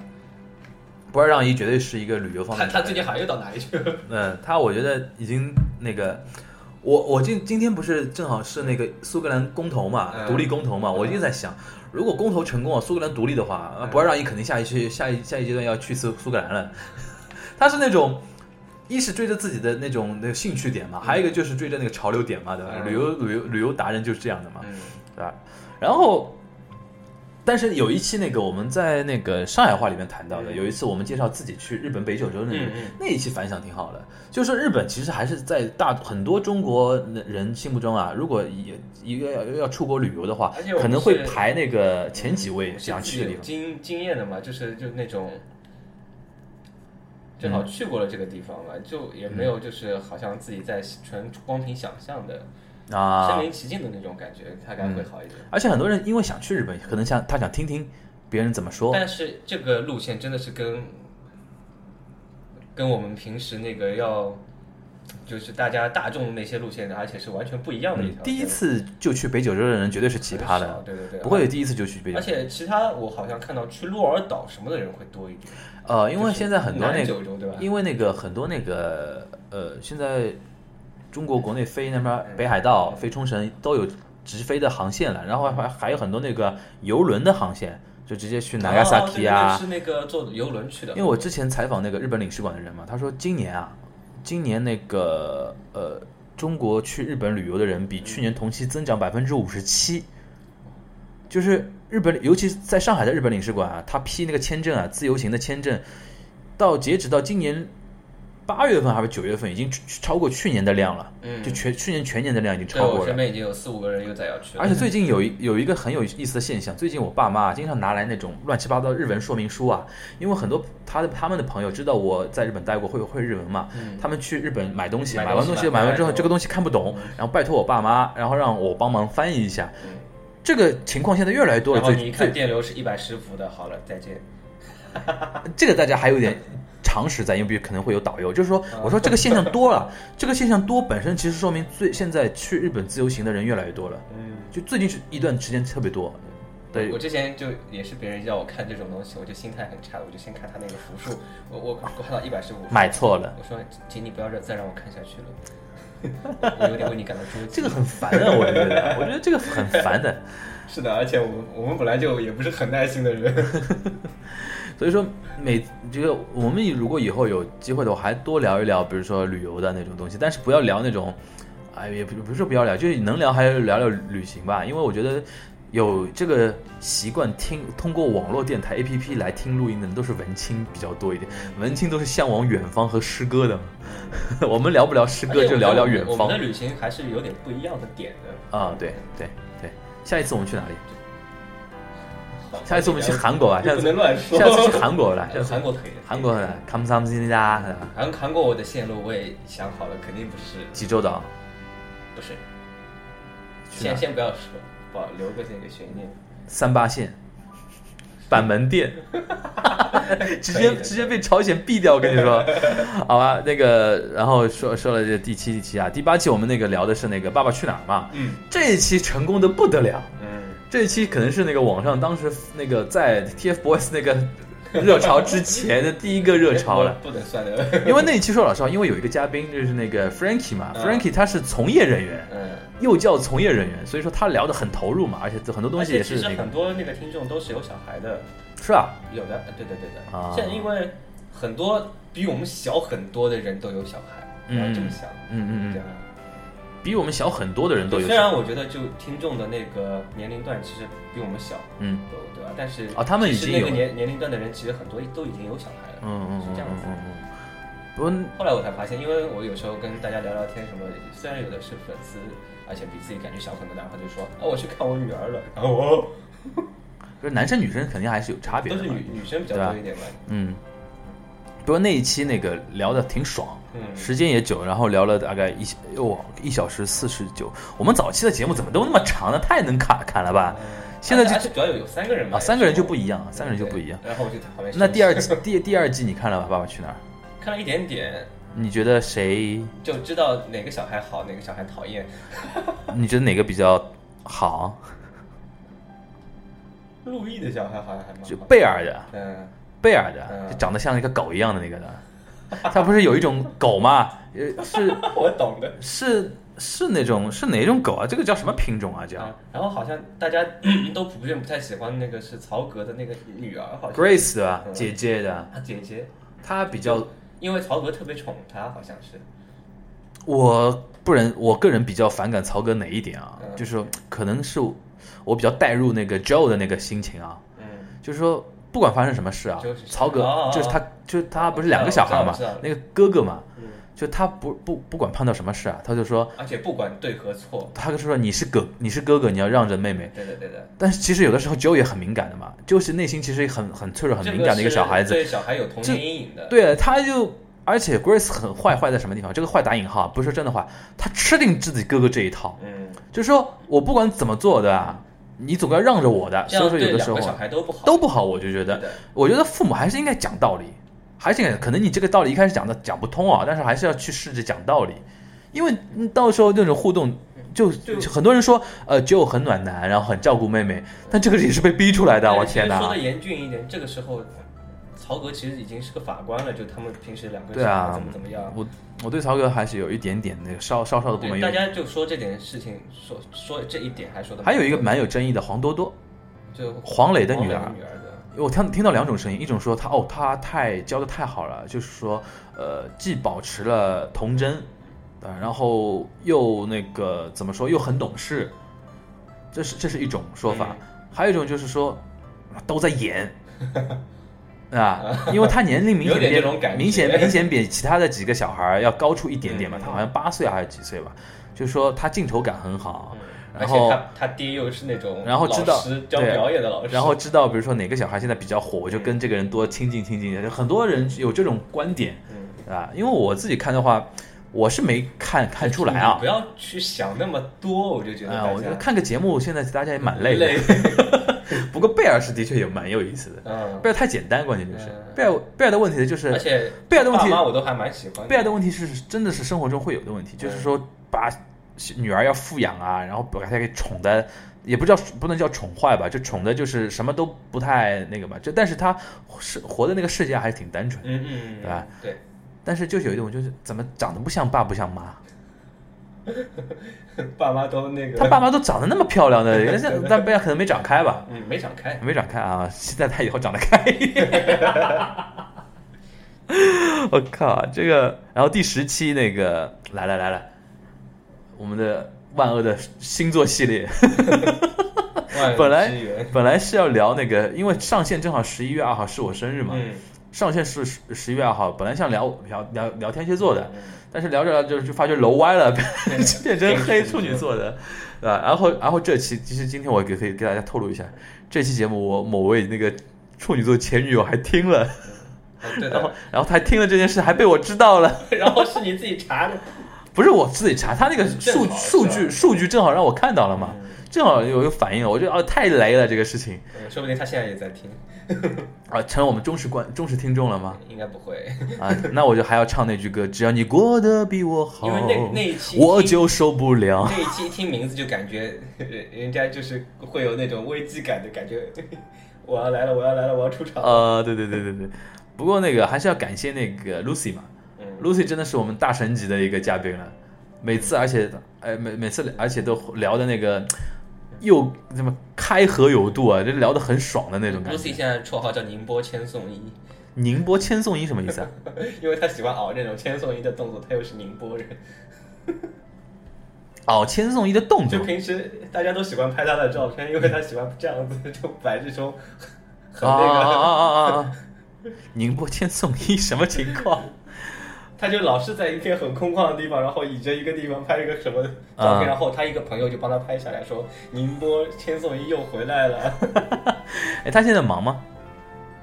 不二让一绝对是一个旅游嗯方他面的，他最近好像又到哪里去了？嗯，他我觉得已经那个，我我今今天不是正好是那个苏格兰公投嘛，嗯独立公投嘛，嗯我一直在想，如果公投成功啊，苏格兰独立的话，那嗯不要让伊肯定下一期下一下一阶段要去苏苏格兰了。 [LAUGHS] 他是那种，一是追着自己的那种那个兴趣点嘛，还有一个就是追着那个潮流点嘛，对吧？嗯旅游旅游旅游达人就是这样的嘛，嗯对吧？然后，但是有一期那个我们在那个上海话里面谈到的，嗯有一次我们介绍自己去日本北九州那嗯里嗯，那一期反响挺好的。就是日本其实还是在大很多中国人心目中啊，如果也一个要要出国旅游的话而且我，们可能会是嗯排那个前几位是想自己去的地有方。经经验的嘛，就是就那种正嗯好去过了这个地方嘛，就也没有就是好像自己在纯光凭想象的、身啊，嗯临其境的那种感觉，大概会好一点。而且很多人因为想去日本，可能想他想听听别人怎么说。但是这个路线真的是跟跟我们平时那个要就是大家大众那些路线，而且是完全不一样的一嗯条线、第一次就去北九州的人绝对是奇葩很少的，对对对，不会第一次就去北九而州。且其他我好像看到去鹿儿岛什么的人会多一点，呃，因为现在很多就是那南个九州对吧？因为那个很多那个呃，现在中国国内飞那边嗯北海道、飞冲绳都有直飞的航线了，然后还还有很多那个游轮的航线，就直接去哦南加萨提啊。对对对是那个坐游轮去的因为。我之前采访那个日本领事馆的人嘛，他说今年啊，今年那个呃，中国去日本旅游的人比去年同期增长百分之五十七，就是日本，尤其是在上海的日本领事馆啊，他批那个签证啊，自由行的签证，到截止到今年八月份还是九月份，已经去去超过去年的量了，嗯，就全去年全年的量已经对超我过了身。边已经有四五个人又在要去了，而且最近有一有一个很有意思的现象，最近我爸妈啊经常拿来那种乱七八糟的日文说明书啊，因为很多他的他们的朋友知道我在日本待过，会会日文嘛，嗯他们去日本买东西，买买完东西嗯东西买买完之后买这个东西看不懂，然后拜托我爸妈，然后让我帮忙翻译一下，嗯这个情况现在越来越多了。然后最你一看最电流是一百十伏的，好了，再见。这个大家还有点常识在，因为可能会有导游，就是说啊我说这个现象多了，这个现象多本身其实说明最现在去日本自由行的人越来越多了，嗯，就最近是一段时间特别多。对我，之前就也是别人要我看这种东西，我就心态很差，我就先看他那个伏数，我我我看到一百十五，买错了。我说请你不要让再让我看下去了，我有点为你感到着 [LAUGHS] 急。这个很烦啊，我觉得，我觉得这个很烦的。是的，而且我们我们本来就也不是很耐心的人。 [LAUGHS] 所以说每这个我们如果以后有机会的话，还多聊一聊，比如说旅游的那种东西，但是不要聊那种，哎，也不不是说不要聊，就是能聊还是聊聊旅行吧，因为我觉得。有这个习惯听通过网络电台 APP 来听录音的人都是文青比较多一点，文青都是向往远方和诗歌的。 [LAUGHS] 我们聊不聊诗歌，就聊聊远 [LAUGHS] 哎我方们的旅行还是有点不一样的点的。啊、对对对，下一次我们去哪里？好下一次我们去韩国吧又不能乱说。下次去韩国了，下呃次韩国可以，韩国的康萨姆金达，韩韩国我的线路我也想好了，肯定不是济州岛，不是，去哪先先不要说，保留个那个悬念。三八线，板门店，直接可以的直接被朝鲜毙掉，我跟你说，好吧，那个，然后说说了这第七期啊，第八期我们那个聊的是那个《爸爸去哪儿》嘛，嗯这一期成功的不得了，嗯，这一期可能是那个网上当时那个在 TFBOYS 那个热潮之前的第一个热潮了。哎不能算的。 [LAUGHS] 因为那一期说老实话，因为有一个嘉宾就是那个 Frankie 嘛、嗯 f r a n k i e 他是从业人员，嗯，幼教从业人员，所以说他聊得很投入嘛，而且很多东西也是而且其那实个很，多那个听众都是有小孩的，是吧？有的，对对对的。啊现在因为很多比我们小很多的人都有小孩，嗯你要这么想，嗯嗯嗯，对吧？比我们小很多的人都有虽，然我觉得就听众的那个年龄段其实比我们小，嗯对对吧？但是啊他们已其实经有那个年年龄段的人，其实很多都已经有小孩嗯了。嗯嗯是这样嗯子嗯嗯，不过后来我才发现，因为我有时候跟大家聊聊天什么，虽然有的是粉丝，而且比自己感觉小很多，然后就说啊我去看我女儿了，然后我就是男生女生肯定还是有差别都的是嘛，女女生比较对吧多一点嘛，嗯。不过那一期那个聊的挺爽，嗯，时间也久，然后聊了大概一哦一小时四十九。我们早期的节目怎么都那么长呢？太能砍砍了吧？啊啊现在就而且主要有有三个人嘛，啊，三个人就有时候不一样，三个人就不一样。嗯对。然后我就在旁边休息。那第二季第第二季你看了吧？《爸爸去哪儿》？看了一点点，你觉得谁就知道哪个小孩好，哪个小孩讨厌。你觉得哪个比较好？陆毅的小孩好像还蛮就好的。贝尔的，嗯， [LAUGHS] 贝尔的，嗯就长得像一个狗一样的那个的，他不是有一种狗吗？呃，是我懂的。是是那种是哪种狗啊？这个叫什么品种啊？叫啊，然后好像大家 [COUGHS] 都普遍不太喜欢那个是曹格的那个女儿，好像 Grace 对吧？嗯姐姐的，啊姐姐，她比较因为曹格特别宠她，好像是。我不能，我个人比较反感曹格哪一点啊？嗯就是说可能是我比较带入那个 Joe 的那个心情啊，嗯，就是说。不管发生什么事啊就是，曹格哦哦哦就是他，就是他不是两个小孩嘛我知道我，知那个哥哥嘛，嗯就他不不不管碰到什么事啊，他就说而且不管对和错，他就说你是哥，你是哥哥，你要让着妹妹。对的对的，但是其实有的时候 Joe 也很敏感的嘛，就是内心其实很很脆弱、很这敏感的一个是小孩子。对小孩有童年阴影的。对，他就而且 Grace 很坏，坏在什么地方？这个坏打引号啊，不是真的坏，他吃定自己哥哥这一套，嗯，就是说我不管怎么做的啊，你总要让着我的。这所以样说有对的时两候个小孩都不好。都不好，我就觉得，对的我觉得父母还是应该讲道理，还是应该可能你这个道理一开始讲的讲不通啊，但是还是要去试着讲道理，因为嗯到时候那种互动。就就就很多人说，呃，Joe 很暖男，然后很照顾妹妹，但这个也是被逼出来的，但哎我是天说哪的！严峻一点，这个时候，曹格其实已经是个法官了，就他们平时两个对人啊怎么怎么样。我我对曹格还是有一点点那个稍稍稍的不满对，意大。家就说这点事情，说说这一点还说的。还有一个蛮有争议的黄多多，就黄磊的女黄儿女儿的，我听听到两种声音，一种说他哦他太教的太好了，就是说呃既保持了童真，啊、然后又那个怎么说又很懂事，这是这是一种说法，嗯还有一种就是说都在 [LAUGHS] 演。啊，因为他年龄明有显点比这种感觉明显明显比其他的几个小孩儿要高出一点点嘛，嗯他好像八岁还是几岁吧，就是说他镜头感很好，嗯而然且后他他爹又是那种然后知道老师教对表演的老师，然后知道比如说哪个小孩现在比较火，我就跟这个人多亲近亲近，很多人有这种观点嗯啊，因为我自己看的话，我是没看看出来你啊不，要去想那么多，我就觉得啊，大我觉家得看个节目现在大家也蛮累的，累， [LAUGHS] 不过贝尔是的确有蛮有意思的，嗯，贝尔太简单，关键就是嗯贝尔贝尔的问题就是而且贝尔的问题爸妈我都还蛮喜欢的，贝尔的问题是真的是生活中会有的问题，嗯就是说把女儿要富养啊，然后把她给宠的，也不叫不能叫宠坏吧，就宠的就是什么都不太那个嘛。就但是她是活的那个世界还是挺单纯，嗯嗯，嗯对吧？对，但是就是有一种就是怎么长得不像爸不像妈，爸妈都那个，她爸妈都长得那么漂亮的，人家但贝尔可能没长开吧，嗯没长 [LAUGHS] 开，没长开啊，期待她以后长得开。 [LAUGHS] 我靠，这个，然后第十期那个来了来了，我们的万恶的星座系列，万有本来之源本来是要聊那个，因为上线正好十一月二号是我生日嘛，嗯，上线是十一月二号，本来想聊聊聊聊天蝎座的，嗯但是聊着聊着就就发觉楼歪了， [LAUGHS] 嗯就变成黑处女座的，对吧？然后然后这期其实今天我给可以给大家透露一下，这期节目我某位那个处女座前女友还听了，哦对 [LAUGHS] 然后的，然后她还听了这件事，还被我知道了。然后是你自己查的，不是我自己查，他那个数正好是吧啊数据数据正好让我看到了嘛，嗯正好有有反应了，我觉得哦太雷了这个事情嗯说不定他现在也在听，啊，成我们忠实观忠实听众了吗？应该 [LAUGHS] 不会，啊，那我就还要唱那句歌，只要你过得比我好因为那那一，期我听就受不了。那一期一听名字就感觉人人家就是会有那种危机感的感觉， [LAUGHS] 我要来了，我要来了，我要出场了。呃，对对对对对，不过那个还是要感谢那个 Lucy 嘛嗯，Lucy 真的是我们大神级的一个嘉宾了，每次而且哎每每次而且都聊的那个又什么开合有度啊，就聊得很爽的那种感觉。 Lucy 现在绰号叫宁波千颂伊， [LAUGHS] 宁波千颂伊什么意思啊？因为他喜欢熬那种千颂伊的动作，他又是宁波人，哦，千颂伊的动就作平时大家都喜欢拍他的照片，因为他喜欢这样子，就摆 [LAUGHS] 这种很啊啊啊那个，啊啊！啊！宁波千颂伊什么情况？他就老是在一片很空旷的地方，然后倚着一个地方拍一个什么照啊片，然后他一个朋友就帮他拍下来说宁波千颂伊又回来了。哎，他现在忙吗？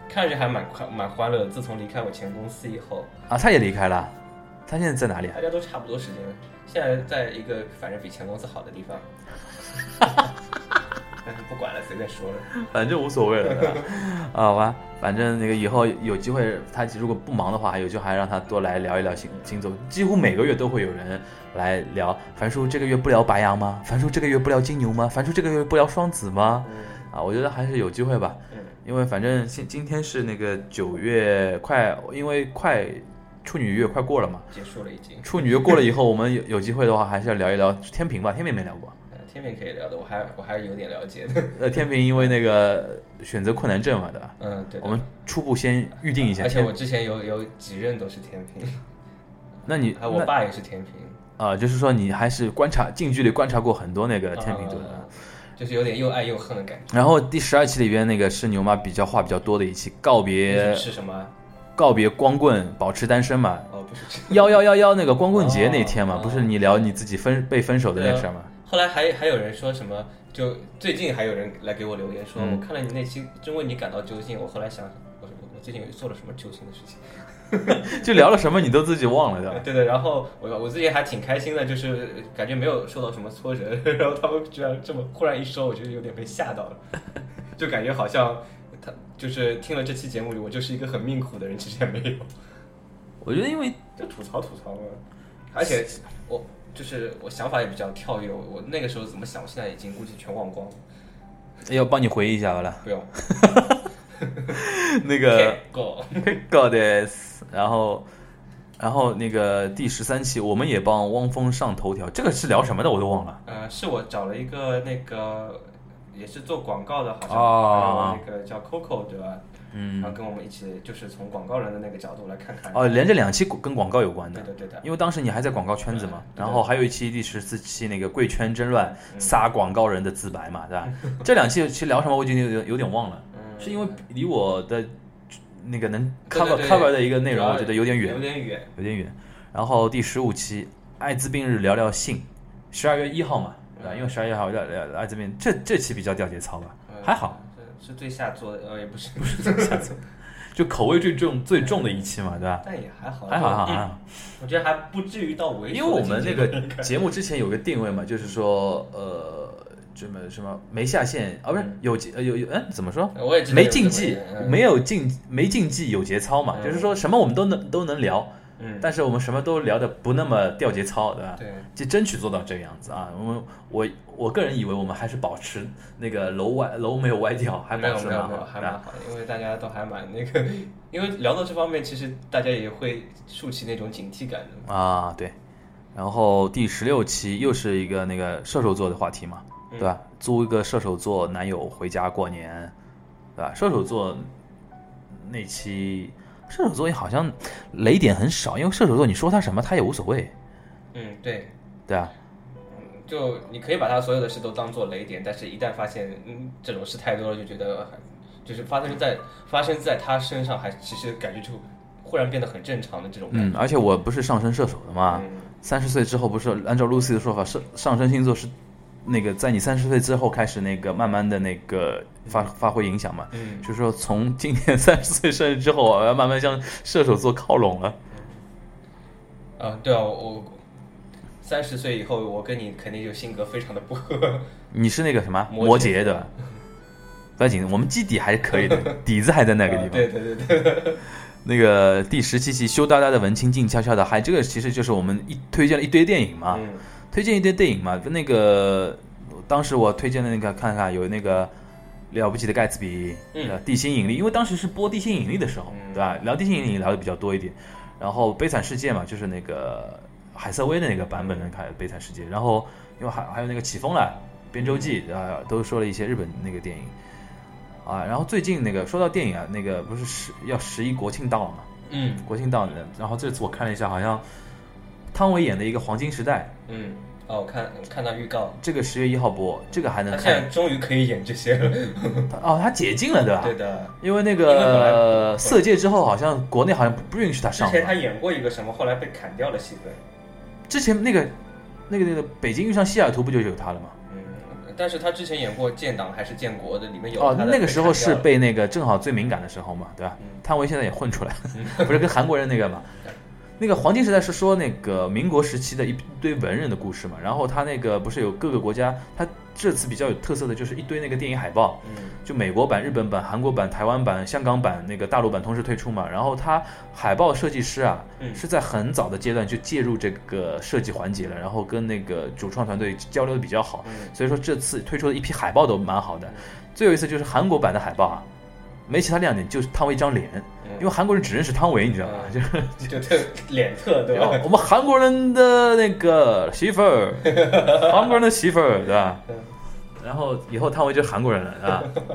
看上去还蛮快蛮欢乐的。自从离开我前公司以后，啊，他也离开了。他现在在哪里啊？大家都差不多时间，现在在一个反正比前公司好的 [LAUGHS] 地方。但是不管了，随便说了。反正无所谓了， [LAUGHS] 啊好吧。反正那个以后有机会，他如果不忙的话，有机会还让他多来聊一聊星星座。几乎每个月都会有人来聊。樊叔这个月不聊白羊吗？樊叔这个月不聊金牛吗？樊叔这个月不聊双子吗？嗯啊，我觉得还是有机会吧。嗯，因为反正今今天是那个九月快，因为快处女月快过了嘛，结束了已经。处女月过了以后，我们有有机会的话还是要聊一聊天平吧，天平没聊过。呃天平可以聊的，我还我还是有点了解 [LAUGHS] 的。呃，天平因为那个选择困难症嘛，对吧？嗯，对的。我们初步先预定一下而且天。我之前有有几任都是天平，那你还有我那啊、呃爸也是天平。就是说你还是观察近距离观察过很多那个天平座的。啊就是有点又爱又恨的感觉。然后第十二期里边那个是牛妈比较话比较多的一期，告别是什么？啊告别光棍，保持单身 [LAUGHS] 嘛。哦，不是这。幺幺幺幺那个光棍节那天嘛，哦不是你聊你自己分被分手的那事儿吗？ [LAUGHS] 后来还还有人说什么，就最近还有人来给我留言说，嗯我看了你那期，真为你感到揪心。我后来想，我说我最近做了什么揪心的事情？就聊了什么你都自己忘了的。 [LAUGHS] 对对，然后我我自己还挺开心的，就是感觉没有受到什么挫折， [LAUGHS] 然后他们居然这么忽然一说，我觉得有点被吓到 [LAUGHS] 了，就感觉好像他就是听了这期节目，我就是一个很命苦的人，其实也没有，我觉得因为就吐槽吐槽嘛。而且我就是我想法也比较跳跃，我我那个时候怎么想，我现在已经估计全忘光了，要帮你回忆一下好了，不用。 [LAUGHS] 那个 go。 Goddess，然后然后那个第十三期我们也帮汪峰上头条，这个是聊什么的我都忘了。呃，是我找了一个那个也是做广告的，好像哦还有那个叫 Coco 对吧？然后嗯，跟我们一起就是从广告人的那个角度来看看。哦，连着两期跟广告有关对的，的对的，因为当时你还在广告圈子嘛，对然后还有一期第十四期那个贵圈争乱，嗯撒广告人的自白嘛， [LAUGHS] 对吧？这两期其实聊什么我已经有点有点忘了，嗯是因为离我的那个能对 cover 对啊 cover 的一个内容，我觉得有点有远，点远。有点远。然后第十五期艾滋病日聊聊性，十二月一号嘛，对吧？因为十二月一号聊聊聊艾滋病，这这期比较掉节操吧，嗯还好，是是最下作的，呃，也不是，就口味最重最重的一期嘛，对吧？ [LAUGHS] 但也还好，还好还好还嗯好，我觉得还不至于到猥琐的境界。因为我们那个节目之前有个定位嘛，就是说呃，什么什么没下线啊，不是嗯有节呃有有嗯怎么说？呃 [LAUGHS] 我也知道没有这禁么忌一个，人没有禁没禁忌有节操嘛，嗯就是说什么我们都能都能聊，嗯，但是我们什么都聊的不那么掉节操，对吧？对，就争取做到这个样子啊。我们我我个人以为我们还是保持那个楼歪楼没有歪掉，还没保有持没有蛮没有，好，还对蛮吧？好的，因为大家都还蛮那个，因为聊到这方面，其实大家也会竖起那种警惕感的嘛。啊，对。然后第十六期又是一个那个射手座的话题嘛，嗯对吧？租一个射手座男友回家过年，对吧？射手座那期。射手座也好像雷点很少，因为射手座你说他什么他也无所谓，嗯，对，对啊，嗯就你可以把他所有的事都当做雷点，但是一旦发现嗯这种事太多了，就觉得很就是发生在发生在他身上，还其实感觉就忽然变得很正常的这种感嗯，啊觉。而且我不是上升射手的嘛，嗯三十岁之后不是按照 Lucy 的说法，上上升星座是那个在你三十岁之后开始那个慢慢的那个发发挥影响嘛，嗯，就是说从今年三十岁生日之后，我要慢慢向射手座靠拢了。啊，对啊，我三十岁以后，我跟你肯定就性格非常的不合。你是那个什么摩羯摩羯的，不要紧，我们基底还是可以 [LAUGHS] 的，底子还在 [LAUGHS] 那个地啊方。对对对对，那个第十七期羞答答的文青静悄悄的嗨，这个其实就是我们一推荐了一堆电影嘛，嗯推荐一堆电影嘛，跟那个当时我推荐的那个看看有那个《了不起的盖茨比》嗯呃，《地心引力》，因为当时是播《地心引力》的时候，嗯对吧？聊《地心引力》聊的比较多一点，然后《悲惨世界》嘛，就是那个海瑟薇的那个版本的《看《悲惨世界》，然后因为还还有那个《起风了》《边洲记》嗯啊、都说了一些日本那个电影啊，然后最近那个说到电影啊，那个不是十要十一国庆到了嘛，嗯国庆到了，然后这次我看了一下，好像汤唯演的一个《黄金时代》。嗯，哦，我看看到预告，这个十月一号播，这个还能他现看在终于可以演这些了。他哦，他解禁了对吧？对的，因为那因为本来个《色戒》之后，好像国内好像不不允许他之上前了他吧。演过一个什么，后来被砍掉了戏份。之前那个那个那个《北京遇上西雅图》不就有他了吗？嗯，但是他之前演过《建党》还是《建国》的，里面有哦，他的那个时候是被被那个正好最敏感的时候嘛，对吧嗯？汤唯现在也混出来， [LAUGHS] 不是跟韩国人那个嘛？那个黄金时代是说那个民国时期的一堆文人的故事嘛，然后他那个不是有各个国家，他这次比较有特色的就是一堆那个电影海报，砍掉了就美国版、日本版、韩国版、台湾版、香港版、那个大陆版同时推出嘛。然后它海报设计师啊，嗯嗯是在很早的阶段就介入这个设计环节了，然后跟那个主创团队交流的比较好，嗯所以说这次推出的一批海报都蛮好的嗯。最有意思就是韩国版的海报啊，没其他亮点，就是汤唯一张脸，嗯，因为韩国人只认识汤唯，你知道吗？嗯就是 [LAUGHS] 就特脸特对吧？哦我们韩国人的那个媳妇儿， [LAUGHS] 韩国人的媳妇儿，对吧嗯？然后以后汤唯就是韩国人了，对吧？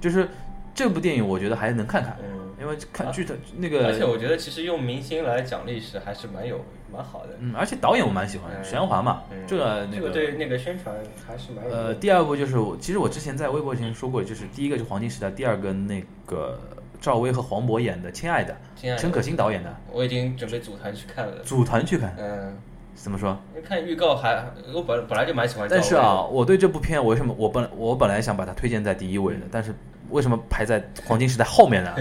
就是这部电影，我觉得还能看看，嗯，因为看剧的那而且个，我觉得其实用明星来讲历史还是蛮有蛮好的。嗯，而且导演我蛮喜欢的，嗯许鞍华嘛嗯，这个那这个个。对那个宣传还是蛮有呃，用的。第二部就是我，其实我之前在微博之前说过，就是第一个就黄金时代，第二个那个赵薇和黄渤演的《亲爱的亲爱》，陈的，可辛导演的，我已经准备组团去看了。组团去看，嗯，怎么说？看预告还我本本来就蛮喜欢赵薇的。但是啊，我对这部片，我为什么我本我本来想把它推荐在第一位的，但是为什么排在黄金时代后面呢？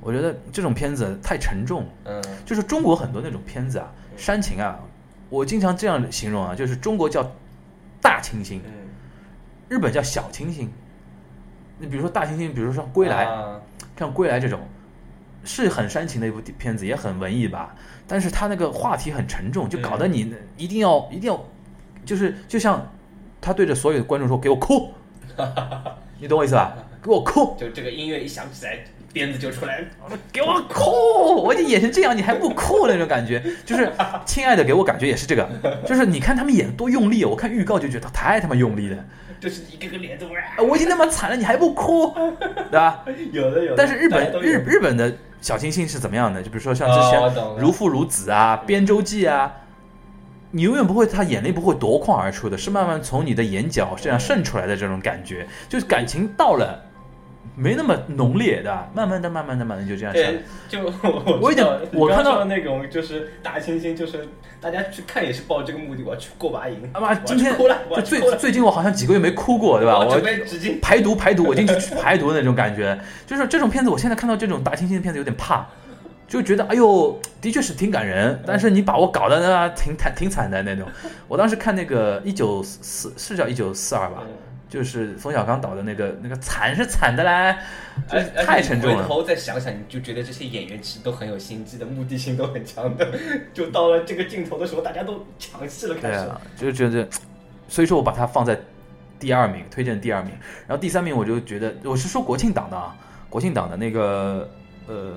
我觉得这种片子太沉重，嗯，就是中国很多那种片子啊，煽情啊，我经常这样形容啊，就是中国叫大清新，嗯日本叫小清新。你比如说大清新，比如说像归来，啊像《归来》这种，是很煽情的一部片子，也很文艺吧，但是它那个话题很沉重，就搞得你一定要、一定要，就是就像他对着所有的观众说：“给我哭！”你懂我意思吧？给我哭！就这个音乐一响起来，鞭子就出来，给我哭！我已经演成这样，你还不哭那种感觉，就是亲爱的，给我感觉也是这个，就是你看他们演多用力，哦我看预告就觉得太他妈用力了， [LAUGHS] 啊就是一个个帘子哇，我已经那么惨了，你还不哭，对吧？ [LAUGHS] 有的有的。但是日大家本都日有日本的小清新是怎么样的？就比如说像之哦我前懂《了如父如子》啊，《边州记》啊，你永远不会，他眼泪不会夺眶而出的，是慢慢从你的眼角这样渗出来的这种感觉，就是感情到了。没那么浓烈的，慢慢的、慢慢的、慢慢的就这样下来对。，就我我有点知道我你刚看到说的那种就是大猩猩，就是大家去看也是抱这个目的，我要去过把瘾，啊我要妈，去今天哭了，就我要去最哭了，最近我好像几个月没哭过，对吧？我我准备纸巾，排毒排毒，我进去去排毒的那种感觉，就是这种片子，我现在看到这种大猩猩的片子有点怕，就觉得哎呦，的确是挺感人，但是你把我搞得呢挺惨挺惨的那种。我当时看那个一九四是叫一九四二吧，嗯就是冯小刚导的那个那个惨是惨的嘞，就而是而太且沉重哎回了。头再想想，你就觉得这些演员其实都很有心机的，目的性都很强的。就到了这个镜头的时候，大家都抢戏了，开对始。啊，就觉得，所以说我把它放在第二名，推荐第二名。然后第三名我就觉得我是说国庆档的啊，国庆档的那个呃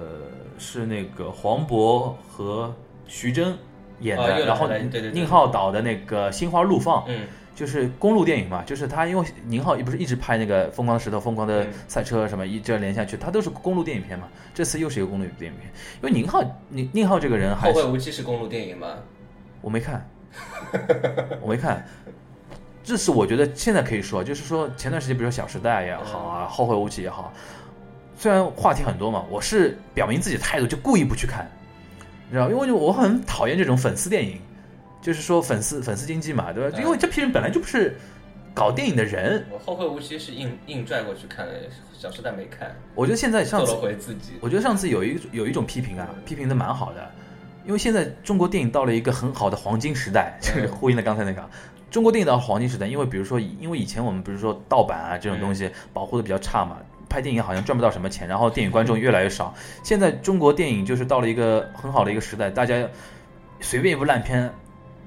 是那个黄渤和徐峥演的，哦又来然后了对对对宁浩导的那个《心花怒放》嗯，就是公路电影嘛，就是他因为宁浩不是一直拍那个《疯狂的石头》《疯狂的嗯赛车》什么一这连下去，他都是公路电影片嘛。这次又是一个公路电影片，因为宁浩宁宁浩这个人《后还会是无期》是公路电影吗？我没看，我没看。这是我觉得现在可以说，就是说前段时间，比如说《小时代》也好啊，《后会无期》也好，虽然话题很多嘛，我是表明自己的态度，就故意不去看，你知道，因为我很讨厌这种粉丝电影，就是说粉丝粉丝经济嘛，对吧？嗯因为这批人本来就不是搞电影的人，我《后会无期》是硬硬拽过去看的，《小时代》没看，我觉得现在做上次了回自己。我觉得上次有一有一种批评啊，批评的蛮好的，因为现在中国电影到了一个很好的黄金时代，这个呼应了刚才那个啊。中国电影到了黄金时代，因为比如说以，因为以前我们比如说盗版啊这种东西保护的比较差嘛，拍电影好像赚不到什么钱，然后电影观众越来越少。现在中国电影就是到了一个很好的一个时代，大家随便一部烂片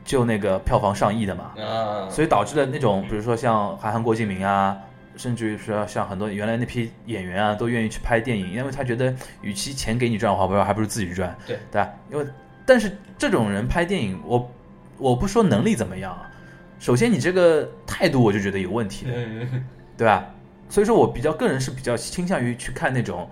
就那个票房上亿的嘛，啊，所以导致了那种，比如说像韩寒、郭敬明啊，甚至于说像很多原来那批演员啊，都愿意去拍电影，因为他觉得，与其钱给你赚的话，不如还不如自己赚，对对吧？因为但是这种人拍电影，我我不说能力怎么样啊，首先你这个态度我就觉得有问题的，嗯，对吧？所以说我比较个人是比较倾向于去看那种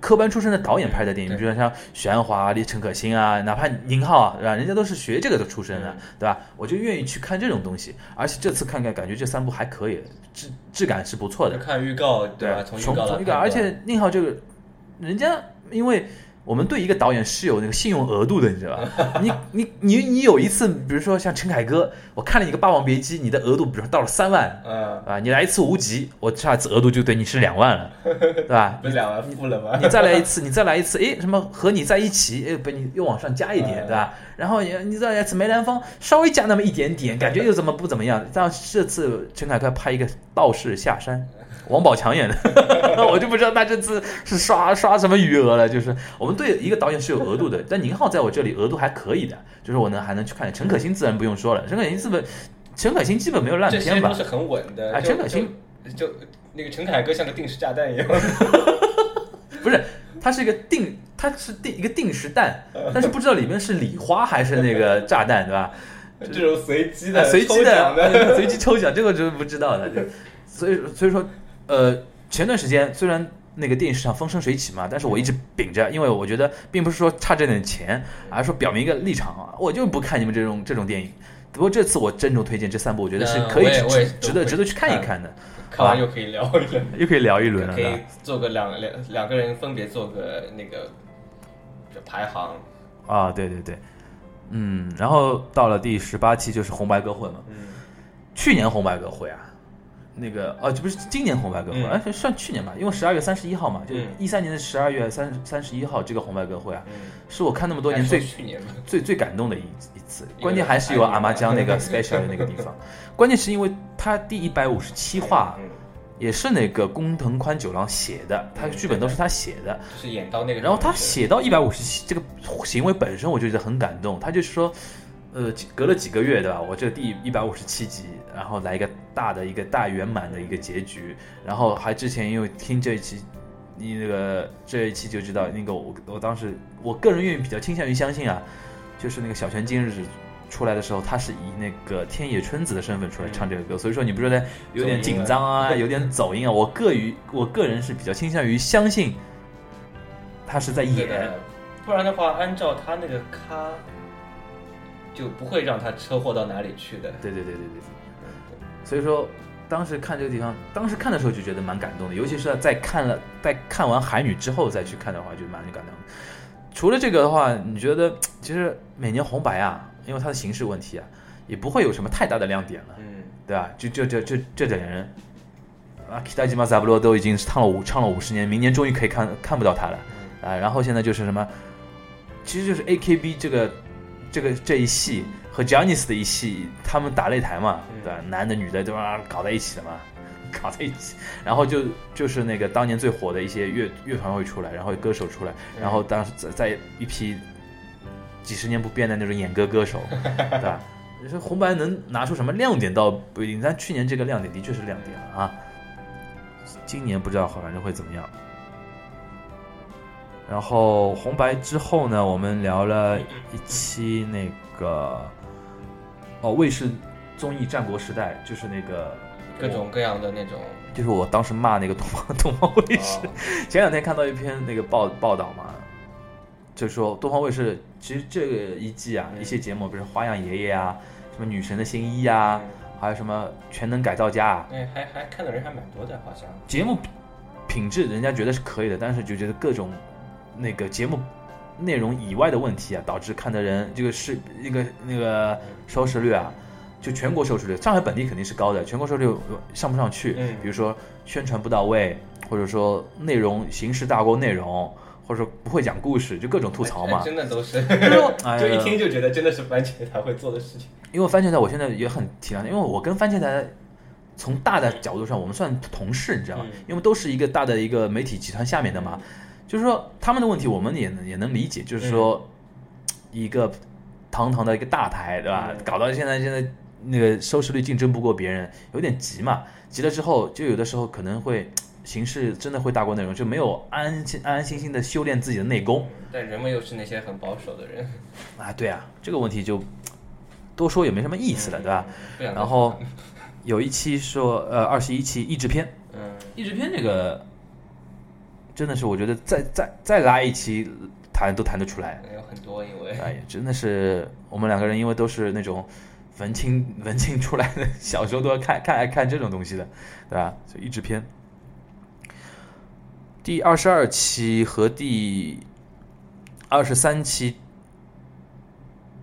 科班出身的导演拍的电影，对比如像许鞍华、李陈可辛啊，哪怕宁浩啊，对吧？人家都是学这个的出身的嗯，对吧？我就愿意去看这种东西，而且这次看看感觉这三部还可以，质质感是不错我的就，看预告对吧？从预告来预告，判断而且宁浩这个人家，因为我们对一个导演是有那个信用额度的，你知道吧？ [LAUGHS] 你你你你有一次，比如说像陈凯歌，我看了你个《霸王别姬》，你的额度比如说到了三万，嗯，啊，你来一次无极，我下次额度就对你是两万了，对吧？不是两万付了吗？你再来一次，你再来一次，诶，什么和你在一起，诶，不，你又往上加一点，嗯对吧？然后你你再来一次梅兰芳，稍微加那么一点点，感觉又怎么不怎么样？但这次陈凯歌拍一个道士下山，王宝强演的， [LAUGHS] 我就不知道他这次是刷刷什么余额了。就是我们对一个导演是有额度的，但宁浩在我这里额度还可以的，就是我能还能去看。陈可辛自然不用说了，陈可辛基本陈可辛基本没有烂这些片吧都？是很稳的。哎就陈可辛就就那个陈凯歌像个定时 [LAUGHS] 炸弹一样。不是，它是一个定，它是定一个定时 [LAUGHS] 弹，但是不知道里面是礼花还是那个炸弹，对 [LAUGHS] 吧？这种随机啊的、随机抽奖 [LAUGHS] 的，的，随机抽奖，这个就是不知道的。对所以所以说，呃，前段时间虽然那个电影市场风生水起嘛，但是我一直秉着，因为我觉得并不是说差这点钱，而是说表明一个立场啊，我就不看你们这种这种电影。不过这次我郑重推荐这三部，我觉得是嗯可以我也我也值值得都会值得去看一看看的，看完又可以聊 [LAUGHS] 一聊。又可以聊一轮了可对吧以。做个两两两个人分别做个那个就排行，啊，对对对，嗯，然后到了第十八期就是红白歌会嘛，嗯，去年红白歌会啊，那个哦，这不是今年红白歌会，嗯哎、算去年吧，因为十二月三十一号嘛，就嗯一三年的十二月三三十一号这个红白歌会啊，嗯是我看那么多年最还说去年吧，最最感动的一一次，为关键还是有阿妈江那个爱 special 的那个地方，关键是因为他第一百五十七话嗯，也是那个工藤宽九郎写的，他的剧本都是他写的，就是演到那个，然后他，写到一百五十七这个行为本身，我就觉得很感动。他就是说，呃，几隔了几个月对吧？我这第一百五十七集，然后来一个大的一个大圆满的一个结局。然后还之前因为听这一期你那个这一期就知道，那个我我当时我个人愿意比较倾向于相信啊，就是那个小泉今日出来的时候，他是以那个天野春子的身份出来唱这个歌，所以说你不觉得有点紧张啊，走音啊有点走音啊？我个于我个人是比较倾向于相信他是在对演，的不然的话，按照他那个咖，就不会让他车祸到哪里去的。对对对对对。所以说，当时看这个地方，当时看的时候就觉得蛮感动的，尤其是在看了在看完《海女》之后再去看的话，就蛮感动的。除了这个的话，你觉得其实每年红白啊，因为它的形式问题啊，也不会有什么太大的亮点了，嗯，对吧？就就就就这点人啊，北島三郎都已经唱了五唱了五十年，明年终于可以看看不到他了。嗯啊，然后现在就是什么，其实就是 A K B 这个这个这一系和 j a n i c e 的一系，他们打擂台嘛，嗯对吧？男的女的对吧？搞在一起了嘛，搞在一起，然后就就是那个当年最火的一些乐乐团会出来，然后歌手出来，然嗯后当时再再一批几十年不变的那种演歌歌手，对吧？你说红白能拿出什么亮点倒不一定，但去年这个亮点的确是亮点了啊。今年不知道反正会怎么样。然后红白之后呢，我们聊了一期那个哦卫视综艺《战国时代》，就是那个各种各样的那种。就是我当时骂那个东 [LAUGHS] 方东方卫视。啊前两天看到一篇那个报报道嘛，就说东方卫视其实这个一季啊，嗯一些节目，比如《花样爷爷》啊，什么《女神的新衣》啊，还有什么《全能改造家》啊，呃哎，还还看的人还蛮多的，好像。节目品质人家觉得是可以的，但是就觉得各种那个节目内容以外的问题啊，导致看的人这个是那个那个收视率啊，就全国收视率，上海本地肯定是高的，全国收视率上不上去，嗯比如说宣传不到位，或者说内容形式大过内容，或者说不会讲故事，就各种吐槽哎嘛。真的都 [LAUGHS] 是，就是说哎就呀一听就觉得真的是番茄才会做的事情。因为番茄台我现在也很体谅，因为我跟番茄台从大的角度上我们算同事，你知道吗嗯？因为都是一个大的一个媒体集团下面的嘛，就是说他们的问题我们也能也能理解，就是说一个堂堂的一个大台，对吧嗯？搞到现在现在那个收视率竞争不过别人，有点急嘛，急了之后就有的时候可能会。形式真的会大过内容，就没有安安心安安心心的修炼自己的内功嗯但人们又是那些很保守的人，啊！对啊，这个问题就多说也没什么意思嗯了，对啊吧？嗯不想再然后有一期说，呃，二十一期译制片，嗯，译制片这个真的是我觉得再再再来一期谈都谈得出来，有很多，因为哎呀，真的是我们两个人因为都是那种文青文青出来的，小时候都要看看爱看这种东西的，对吧？所以译制片。第二十二期和第二十三期，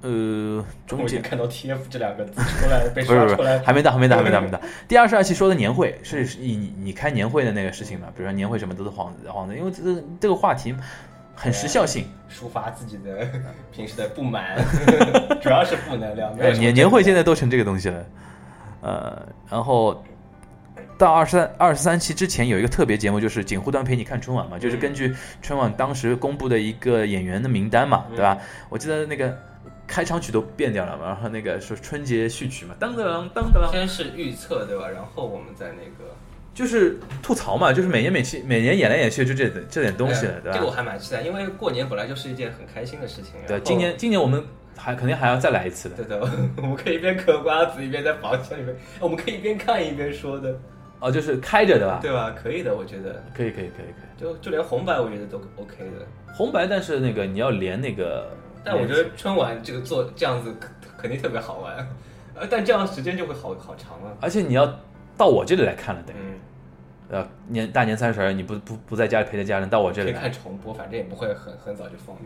呃，我中已间经看到 TF 这两个字出来被 [LAUGHS] 不是刷不是出不来是，，还没到，还没到，还没 [LAUGHS] 到，还没到。第二十二期说的年会是你你你开年会的那个事情嘛，比如说年会什么都是幌子幌子，因为这个这个话题很时效性。抒发自己 [LAUGHS] 的平时的不满，主要是负能量。没呃有什么哎年年会现在都成这个东西了，呃，然后到二十三二十三期之前有一个特别节目，就是锦湖端陪你看春晚嘛，嗯就是根据春晚当时公布的一个演员的名单嘛，嗯对吧？我记得那个开场曲都变掉了嘛，然后那个是春节序曲嘛，当当当当。先是预测对吧？然后我们再那个就是吐槽嘛，就是每年每期每年演来演去就这这点东西了，哎对这个我吧？还蛮期待，因为过年本来就是一件很开心的事情。然对，后今年今年我们还肯定还要再来一次的。哦 [LAUGHS] 对的， [LAUGHS] 我们可以一边嗑瓜子一边在房间里面，我们可以一边看一边说的，哦，就是开着的吧？对吧？可以的，我觉得，可以可以可以可就就连红白我觉得都 OK 的。以。红白，但是那个你要连那个，但我觉得春晚这个做这样子肯肯定特别好玩，呃，但这样时间就会好好长了。而且你要到我这里来看了，等于嗯，呃年大年三十儿你不不不在家里陪着家人，到我这可里以来，看重播，反正也不会很很早就放的。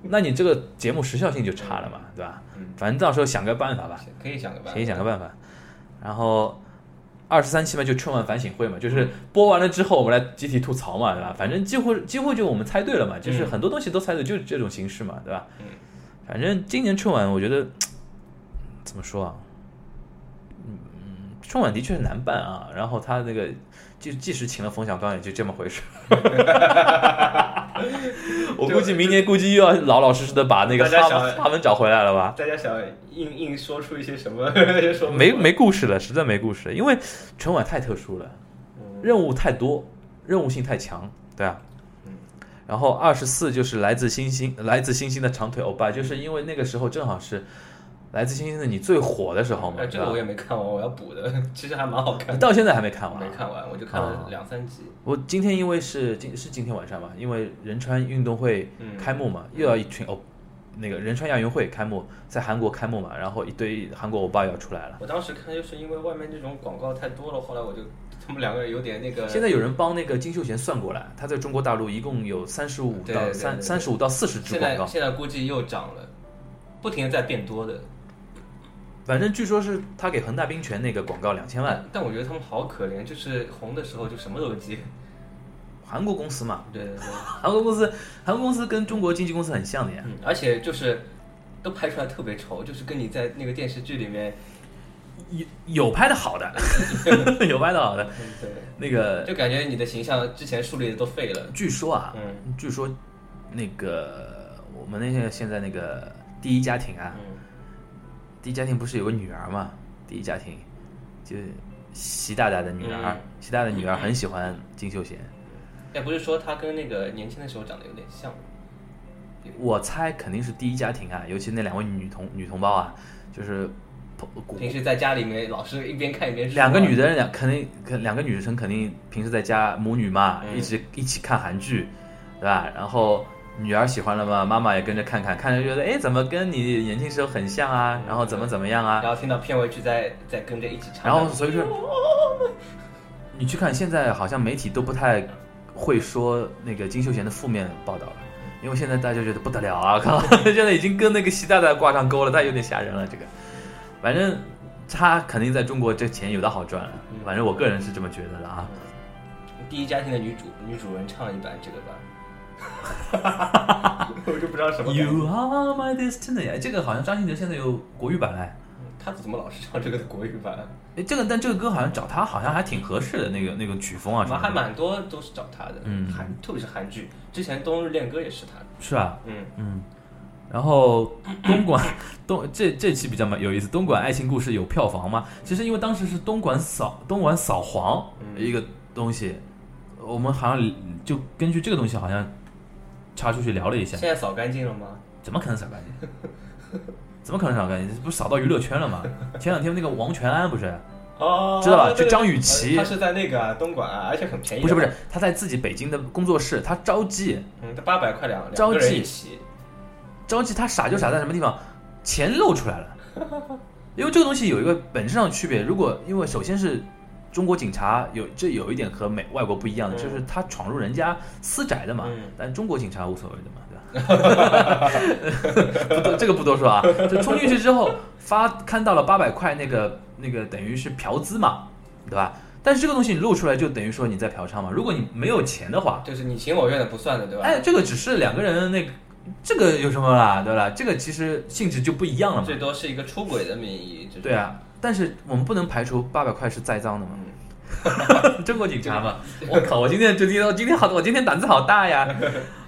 那你这个节目时效性就差了嘛，对吧？嗯，反正到时候想个办法吧，可以想个办法谁。想个办法。然后二十三期嘛，就春晚反省会嘛，就是播完了之后，我们来集体吐槽嘛，对吧？反正几乎几乎就我们猜对了嘛，就是很多东西都猜对，就是这种形式嘛，对吧？嗯反正今年春晚，我觉得怎么说啊？嗯，春晚的确是难办啊。然后他那个，即即使请了冯小刚，也就这么回事。 [LAUGHS] 我估计明年估计又要老老实实的把那个大家哈想文哈文找回来了吧？大家想硬硬说出一些什么， [LAUGHS] 说不没出来没故事了，实在没故事了，因为春晚太特殊了，任务太多，任务性太强，对啊嗯。然后二十四就是来自星星，来自星星的长腿欧巴，就是因为那个时候正好是来自星星的你最火的时候嘛，哎，这对个吧我？也没看完，我要补的，其实还蛮好看你的，到现在还没看完没啊，看完，我就看了两三集。我今天因为是今是今天晚上嘛，因为仁川运动会嗯开幕嘛，又要一群欧，那个仁川亚运会开幕在韩国开幕嘛，然后一堆韩国欧巴要出来了。我当时看就是因为外面这种广告太多了，后来我就他们两个人有点那个，现在有人帮那个金秀贤算过来，他在中国大陆一共有三十五对到对对三对三十五到四十支现广在告，现在估计又涨了，不停的在变多的。反正据说是他给恒大冰泉那个广告两千万，但我觉得他们好可怜，就是红的时候就什么都接。韩国公司嘛，对对对， [LAUGHS] 韩国公司韩国公司跟中国经纪公司很像的呀，嗯，而且就是都拍出来特别丑，就是跟你在那个电视剧里面，有有拍的好 [LAUGHS] 的，有拍的好的，对，那个就感觉你的形象之前树立的都废了。据说啊，嗯据说那个我们那个现在那个第一家庭啊，嗯，第一家庭不是有个女儿嘛？第一家庭就是习大大的女儿嗯，习大大的女儿很喜欢金秀贤，哎，不是说他跟那个年轻的时候长得有点像吗？我猜肯定是第一家庭啊，尤其那两位女同女同胞啊，就是古平时在家里面老是一边看一边说两个女的两肯定肯两个女生肯定平时在家母女嘛，嗯一直一起看韩剧，对吧？然后女儿喜欢了嘛，妈妈也跟着看看，看着觉得哎怎么跟你年轻时候很像啊，然后怎么怎么样啊，然后听到片尾曲在在跟着一起唱，然后所以说你去看现在好像媒体都不太会说那个金秀贤的负面报道了。因为现在大家觉得不得了啊，靠！ [LAUGHS] 现在已经跟那个习大大挂上钩了，太有点吓人了。这个，反正他肯定在中国这钱有的好赚了，嗯反正我个人是这么觉得的啊。第一家庭的女主女主人唱了一版这个吧， [LAUGHS] 我就不知道什么感觉。 You are my destiny，哎这个好像张信哲现在有国语版嘞。他怎么老是唱这个的国语版？哎，这个但这个歌好像找他好像还挺合适的，那个那个曲风啊什蛮还么的，蛮多都是找他的，嗯韩特别是韩剧，之前《冬日恋歌》也是他的，是吧？嗯，嗯。然后东莞东这这期比较蛮有意思，东莞爱情故事有票房吗？其实因为当时是东莞扫东莞扫黄嗯一个东西，我们好像就根据这个东西好像查出去聊了一下现，在扫干净了吗？怎么可能扫干净？怎么可能扫干净？不是扫到娱乐圈了吗？前两天那个王全安不是哦，知道吧对对就张雨对绮他是在那个啊东莞啊，而且很便宜，不是不，是，他在自己北京的工作室，他招妓，嗯，他八百块两两张个人继一起，招妓他傻就傻在什么地方，钱露出来了。 [LAUGHS] 因为这个东西有一个本质上的区别，如果因为首先是中国警察有这有一点和美外国不一样的，嗯就是他闯入人家私宅的嘛，嗯但中国警察无所谓的嘛，对吧？ [LAUGHS] [LAUGHS] 不多这个不多说啊，就冲进去之后发看到了八百块那个那个等于是嫖资嘛，对吧？但是这个东西你露出来就等于说你在嫖娼嘛，如果你没有钱的话，就是你情我愿的不算的，对吧？哎，这个只是两个人那个，这个有什么啦，对吧？这个其实性质就不一样了嘛最。多是一个出轨的名义，就是对，啊，但是我们不能排除八百块是栽赃的嘛。[LAUGHS] 嗯，中国警察嘛，我靠！我今天就听到，今天好，我今天胆子好大呀。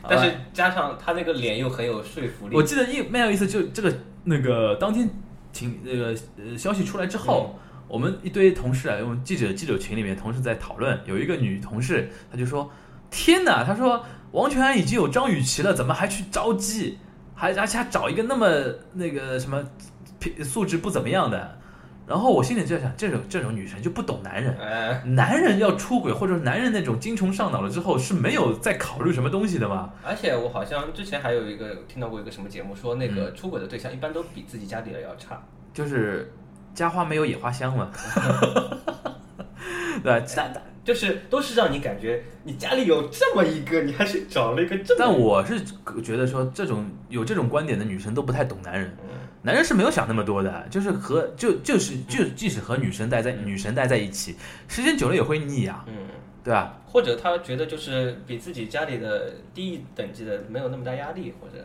[LAUGHS] 但是加上他那个脸又很有说服力，哎我记得一蛮有意思，就这个那个当天情那个呃消息出来之后，我们一堆同事啊，我们记者记者群里面同事在讨论，有一个女同事，她就说：“天哪！”她说王全安已经有张雨绮了，怎么还去招妓，还而且还找一个那么那个什么品素质不怎么样的？然后我心里就在想，这种这种女生就不懂男人。哎，男人要出轨，或者男人那种精虫上脑了之后，是没有再考虑什么东西的嘛？而且我好像之前还有一个听到过一个什么节目说，那嗯个出轨的对象一般都比自己家里人要差，就是家花没有野花香 [LAUGHS] 嘛，对吧但但就是都是让你感觉你家里有这么一个，你还是找了一个这么一个。但我是觉得说，这种有这种观点的女生都不太懂男人，嗯男人是没有想那么多的，就是和就就是就即使和女生待在女神待在一起，时间久了也会腻啊，嗯，对吧？或者他觉得就是比自己家里的低一等级的没有那么大压力，或者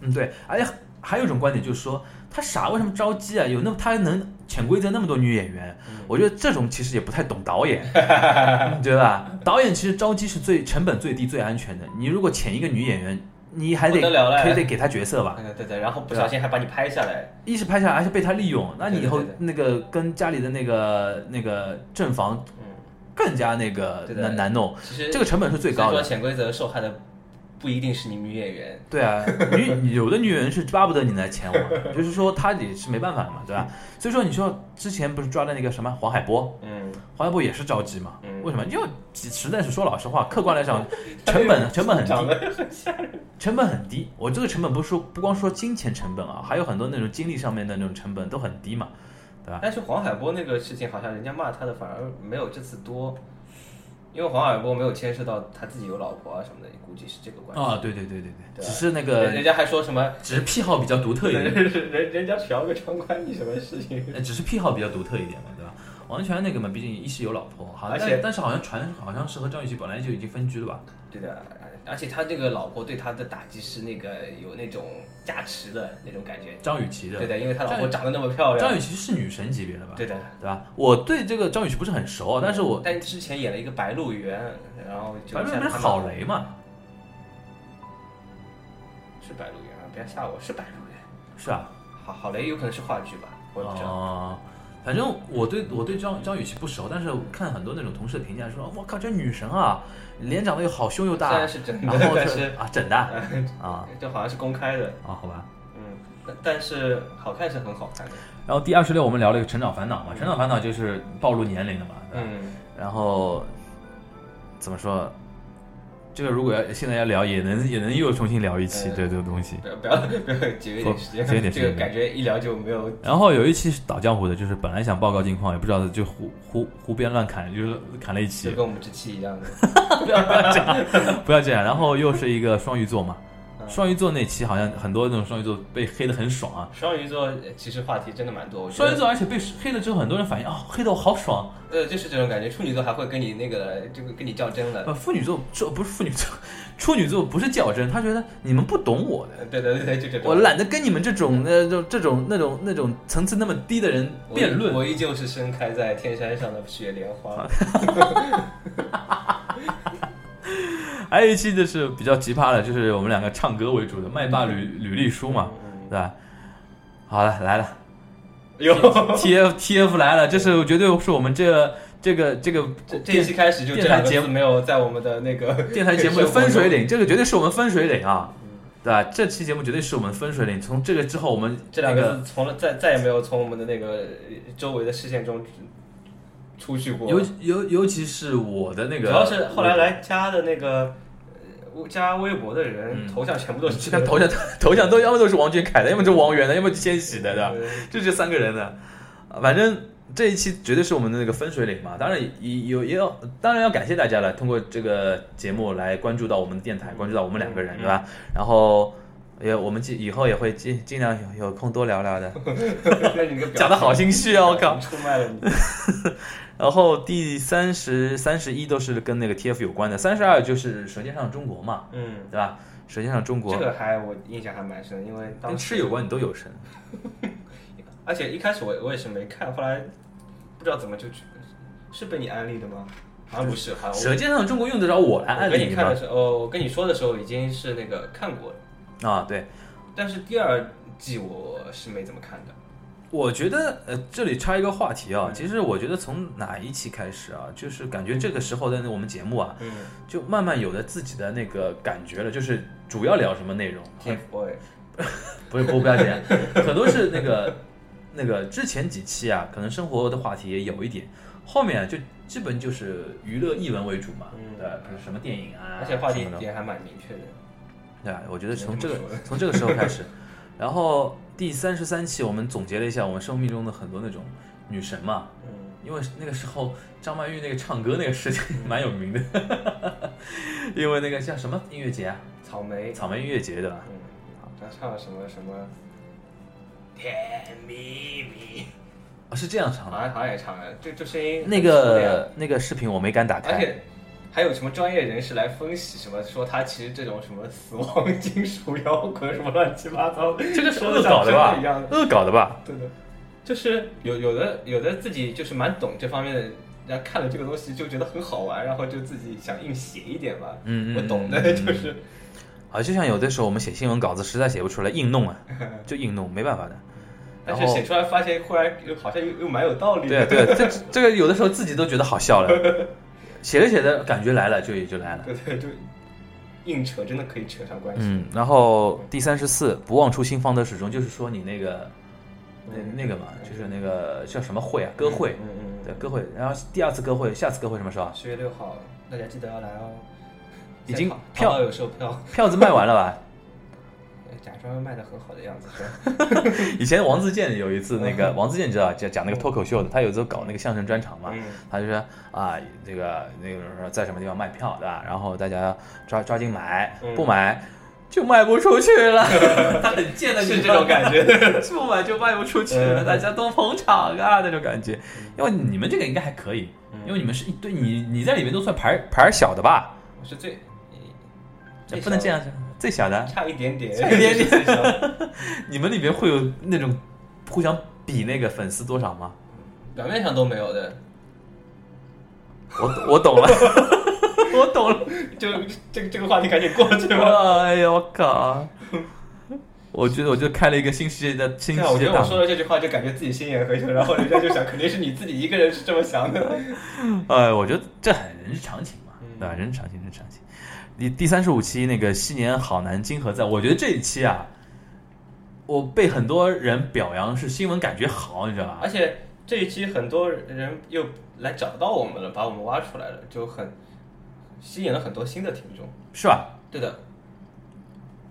嗯，对，而且还有一种观点就是说，他傻，为什么着急啊？有那么他能潜规则那么多女演员，嗯我觉得这种其实也不太懂导 [LAUGHS] 演，你觉得吧？导演其实招机是最成本最低、最安全的。你如果潜一个女演员，你还不得得了嘞还得给她角色吧，嗯对对，然后不小心还把你拍下来，一是拍下来，而且被她利用，那你以后对对那个跟家里的那个那个正房嗯，更加那个对的难难弄，其实这个成本是最高所以说的。潜规则受害的不一定是你女演员，对啊，女有的女人是巴不得你来签我，就是说她也是没办法的嘛，对吧？所以说你说之前不是抓的那个什么黄海波，嗯，黄海波也是着急嘛嗯，为什么？因为实在是说老实话，客观来讲，成本成本很低长，得很像，成本很低。我这个成本不是说不光说金钱成本啊，还有很多那种精力上面的那种成本都很低嘛。但是黄海波那个事情好像人家骂他的反而没有这次多，因为黄海波没有牵涉到他自己有老婆啊什么的，估计是这个关系。啊，对对对对对，对只是那人个人家还说什么只是癖好比较独特一点人， [LAUGHS] 人人人家嫖个娼关你什么事情？呃只是癖好比较独特一点嘛，对吧？王全那个嘛，毕竟一是有老婆，好，而但且但是好像传好像是和张雨绮本来就已经分居了吧？对的，而且他这个老婆对他的打击是那个有那种加持的那种感觉。张雨绮对的，的，因为他老婆长得那么漂亮。张雨绮是女神级别的吧？对的，对吧？我对这个张雨绮不是很熟啊，但是我但之前演了一个《白鹿原》，然后嗯就白鹿原不是像他们郝蕾嘛？是《白鹿原》啊，不要吓我，是《白鹿原是啊，》。好好雷有可能是话剧吧，我也不知道。哦，反正我对我对张张雨绮不熟，但是我看很多那种同事的评价说，我靠，这女神啊，脸长得又好，胸又虽大然，是真然的，后但是是啊，整 [LAUGHS] 的啊啊，哦这好像是公开的，好吧。嗯，但但是好看是很好看的，然后第二十六，我们聊了一个成长烦恼嘛，成长烦恼就是暴露年龄了嘛，对吧嗯，然后怎么说？这个如果要现在要聊，也能也能又重新聊一期嗯对这个东西。不要不要不要节约点时间，节约点时这间个感觉一聊就没有，然后有一期是倒江湖的，就是本来想报告近况，也不知道就湖湖湖边乱砍，就是砍了一就期。跟我们这期一样的，不要不要这样，不要这样。然后又是一个双鱼座嘛，嗯双鱼座那期好像很多那种双鱼座被黑的很爽啊。双鱼座其实话题真的蛮多，我觉双鱼得座，而且被黑了之后，很多人反映哦，黑的我好爽。呃就是这种感觉，处女座还会跟你那个就跟你较真了，呃，妇女座这不是妇女座，处女座不是较真，他觉得你们不懂我的，呃对对对对，就这种，我懒得跟你们这种呃这这种那种那种层次那么低的人我辩论。啊我依旧是盛开在天山上的雪莲花，还有一期就是比较奇葩的，就是我们两个唱歌为主的麦霸履履历书嘛，嗯，对吧？好了，来了。有 T F T F 来了，这是绝对是我们这这个这个这这一期开始就这电台两个节字目没有在我们的那个电台节目的 [LAUGHS] 生活中分水岭，这个绝对是我们分水岭啊嗯，对吧？这期节目绝对是我们分水岭。从这个之后，我们这两个字从来再再也没有从我们的那个周围的视线中出去那过。个尤尤尤其是我的那主个，要是后来来加的那个呃加微博的人嗯头像全部都是去看头像，头像都要么都是王俊凯的，要么就是王源的，要么就是千玺的，对吧？对 [LAUGHS] 就这三个人的，啊反正这一期绝对是我们的那个分水岭嘛。当然也有也要，当然要感谢大家了，通过这个节目来关注到我们的电台，关注到我们两个人，嗯对吧？然后也我们尽以后也会尽尽量有有空多聊聊的， [LAUGHS] 那你个表情讲的好心虚啊，我靠！出卖 [LAUGHS] 了你。然后第三十三十一都是跟那个 TF 有关的，三十二就是《舌尖上的中国》嘛，嗯，对吧？《舌尖上的中国这》个还我印象还蛮深，因为跟当时吃有关，你都有神。而且一开始我我也是没看，后来不知道怎么就去是被你安利的吗？好像不是，好《像舌尖上的中国》用得着我来我我安跟利你看吗的？时候，哦我跟你说的时候已经是那个看过了，啊，对。但是第二季我是没怎么看的。我觉得，呃，这里插一个话题嗯啊，其实我觉得从哪一期开始啊，就是感觉这个时候的我们节目啊，嗯就慢慢有了自己的那个感觉了，就是主要聊什么内容，嗯，TFBOY，不是不不要 [LAUGHS] 紧，很多是那个那个之前几期啊，可能生活的话题也有一点，后面、啊、就基本就是娱乐译文为主嘛，嗯对吧，比如什么电影啊，而且话什题么的点还蛮明确的。对啊，我觉得只从能这这个么说从这个时候开始，然后第三十三期我们总结了一下我们生命中的很多那种女神嘛，嗯，因为那个时候张曼玉那个唱歌那个事情蛮有名的， [LAUGHS] 因为那个叫什么音乐节啊，草莓，草莓音乐节对吧？嗯，他唱了什么什么？甜蜜蜜，哦，是这样唱好的。像好像也唱了，这这声音很那熟练个那个视频我没敢打而开，且还有什么专业人士来分析什么，说他其实这种什么死亡金属摇滚什么乱七八糟，这个是说恶的搞的吧一样的，？恶搞的吧？对的，就是有有的有的自己就是蛮懂这方面的。然后看了这个东西就觉得很好玩，然后就自己想硬写一点吧。嗯嗯我懂的，嗯 [LAUGHS] 嗯就是啊，就像有的时候我们写新闻稿子实在写不出来，硬 [LAUGHS] 弄啊，就硬弄，没办法的。但然是后写出来发现，忽然又好像又又蛮有道理对啊的。对，这这个有的时候自己都觉得好笑了。 [LAUGHS] 写着写着感觉来了就也就来了。 [LAUGHS] 对对，就硬扯，真的可以扯上关系。嗯，然后第三十四，不忘初心方得始终，就是说你那个那嗯那个嘛，就是那个叫什么会啊，歌会，嗯嗯对，歌会。然后第二次歌会，下次歌会什么时候啊嗯，？十月六号，大家记得要来哦。已经现场票淘宝有售票，票子卖完了吧？ [LAUGHS] 哎假装卖的很好的样子是吧？以前王自健有一次那嗯个王自健你知道讲讲那个脱口秀的，他有时候搞那个相声专场嘛， [LAUGHS] 嗯他就说啊，这个那个说在什么地方卖票对吧？然后大家抓抓紧买，嗯不买就卖不出去 [LAUGHS] 了。他很贱的，是这种感觉。觉，不买就卖不出去了，嗯大家都捧场啊那种感觉。因为你们这个应该还可以，嗯因为你们是一堆你你在里面都算牌牌小的吧？ [LAUGHS] 我是最最不能这小样，最小的的，，差一点点，差一 [LAUGHS] 点点点。你们里面会有那种互相比那个粉丝多少吗？表面上都没有的，我我懂 [LAUGHS] 了，我懂了。就这个这个话题赶紧过去 [LAUGHS] [LAUGHS] 吧。哎呦我靠！我觉得我就开了一个新世界的新对啊，世我觉界得我大说门。了这句话，就感觉自己心眼黑沉，然后人家就想，肯定是你自己一个人是这么想的。 [LAUGHS] 哎，我觉得这很人之常情嘛，嗯对吧？人之常情，人之常情。第第三十五期那个新年好男金何在？我觉得这一期啊，我被很多人表扬是新闻感觉好，你知道吧 [LAUGHS] 而？且这一期很多人又来找到我们了，把我们挖出来了，就很吸引了很多新的听众。啊是吧？对的，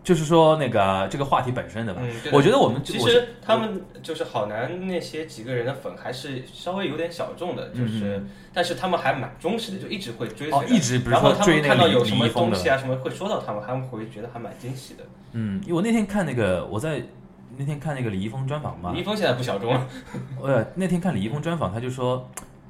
就是说那个这个话题本身的吧。嗯，对的我觉得我们其我觉得实他们就是好男那些几个人的粉还是稍微有点小众的，就是，但是他们还蛮忠实的，就一直会追随的。嗯哦，一直比如然后说他追们那看到个李有什李么易峰东的西啊，什么会说到他们，他们会觉得还蛮惊喜的。嗯，因为我那天看那个，我在那天看那个李易峰专访嘛李，易峰现在不小众了，呃，那天看李易峰专访，他就说，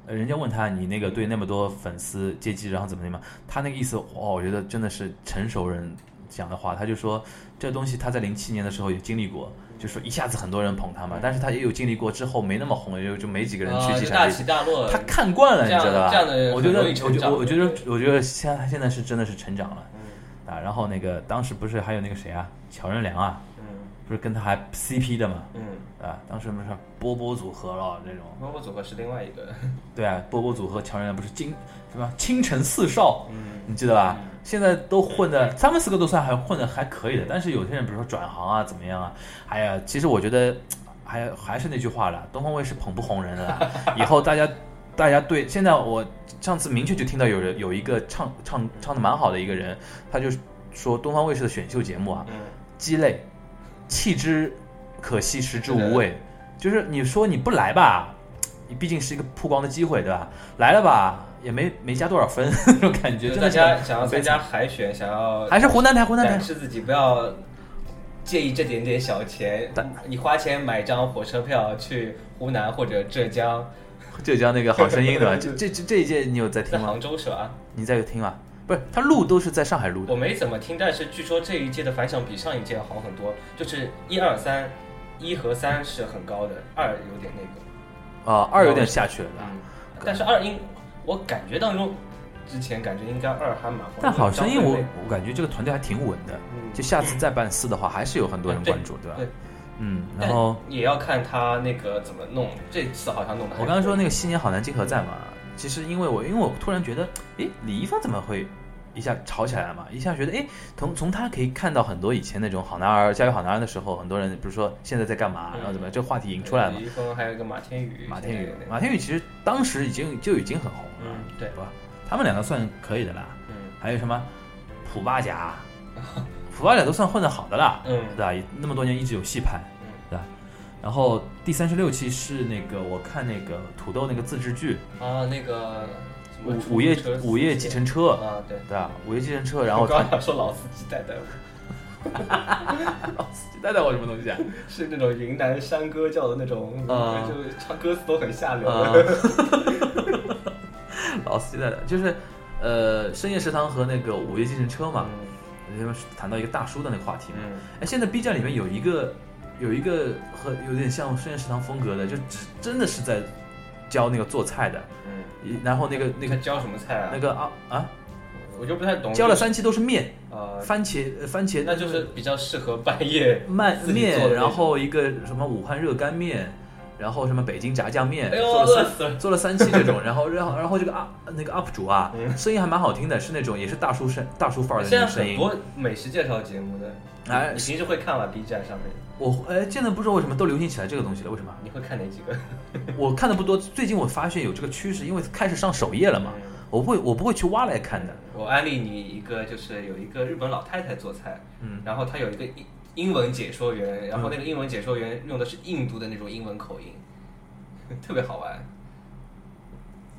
呃人家问他你那个对那么多粉丝接机，然后怎么怎么样，他那个意思，哇，我觉得真的是成熟人讲的话，他就说这东西他在零七年的时候也经历过。就说一下子很多人捧他嘛，但是他也有经历过之后没那么红，也就就没几个人啊去机就大场接起大落。他看惯了，你这知样道吧？这样的人我觉得，很容我易觉成得，长我觉得，我觉得现他现在是真的是成长了嗯啊。然后那个当时不是还有那个谁啊，乔任梁啊，嗯不是跟他还 CP 的嘛，嗯，啊，当时不是波波组合了那种，包括组合是另外一个。对啊，波波组合乔任梁不是京什么清晨四少，嗯你记得吧嗯？现在都混的，他们四个都算还混的还可以的，但是有些人比如说转行啊怎么样啊，哎呀，其实我觉得，还还是那句话了，东方卫视捧不红人了啦，以后大家。大家对现在我上次明确就听到有人有一个唱唱唱的蛮好的一个人，他就说东方卫视的选秀节目啊，嗯，鸡肋，弃之可惜，食之是无的味。就是你说你不来吧，你毕竟是一个曝光的机会，对吧？来了吧，也没没加多少分， [LAUGHS] 那种感觉。就真大的是家想要参加海选，想要还是湖南台，湖南展台。示自己，不要介意这点点小钱但。你花钱买张火车票去湖南或者浙江，浙江那个好声音， [LAUGHS] 对吧？这这这这一届你有在在听吗？杭州是吧？你在听吗？不是，他录都是在上海录的我。没怎么听，但是据说这一届的反响比上一届要好很多，就是一二三，一和三是很高的，二有点那个。啊，二有点下去了，对吧嗯，但是二应我感觉当中，之前感觉应该二还蛮红的。但好声音张我惠妹我感觉这个团队还挺稳的，嗯就下次再办四的话，还是有很多人对关注，对吧对？哎嗯，然后也要看他那个怎么弄，这次好像弄的。我刚才说那个新年好男金何在嘛，其实因为我因为我突然觉得，诶，李易峰怎么会一下吵起来了嘛？一下觉得，诶，从从他可以看到很多以前那种好男儿加油好男儿的时候，很多人比如说现在在干嘛，嗯然后怎么样这个话题引出来嘛。李易峰还有一个马天宇，马天宇现在有，点马天宇其实当时已经就已经很红了，嗯，对对，吧？他们两个算可以的啦。嗯还有什么普巴 [LAUGHS] 甲，普巴甲都算混得好的啦，对嗯吧？那么多年一直有戏拍，对吧？然后第三十六期是那个我看那个土豆那个自制剧，啊，那个什么午午夜出租车司机午夜计程车，啊，对。对吧？午夜计程车，然我后刚他刚想说老司机带带我，带带我什么东西啊？是那种云南山歌教的那种，啊就是唱歌词都很下流啊的。， [LAUGHS] 老司机带带，就是呃深夜食堂和那个午夜计程车嘛，他们谈到一个大叔的那个话题嘛。嗯，哎，现在 B 站里面有一个有一个和有点像深夜食堂风格的，就只真的是在教那个做菜的，嗯，然后那个那那个个教什么菜啊？那个啊啊我就不太懂。教了三期都是面，啊，番茄呃番茄那就是比较适合半夜麦 [LAUGHS] 自己做的那面，种然后一个什么武汉热干面，然后什么北京炸酱面，哎呦，做了饿三死了！做了三期这 [LAUGHS] 种，然后然后然后这个 up 那个 up 主啊，嗯声音还蛮好听的，是那种也是大叔声大叔范儿的现那在种声很音。多美食介绍节目的，哎你平时会看吗？B 站上面，我哎，现在不知道为什么都流行起来这个东西了，为什 [LAUGHS] 么？你会看哪几个？我看的不多，最近我发现有这个趋势，因为开始上首页了嗯嘛，我不会我不会去挖来看的。我安利你一个，就是有一个日本老太太做菜，嗯，然后她有一个英英文解说员，然后那个英文解说员用的是印度的那种英文口音， [LAUGHS] 特别好玩，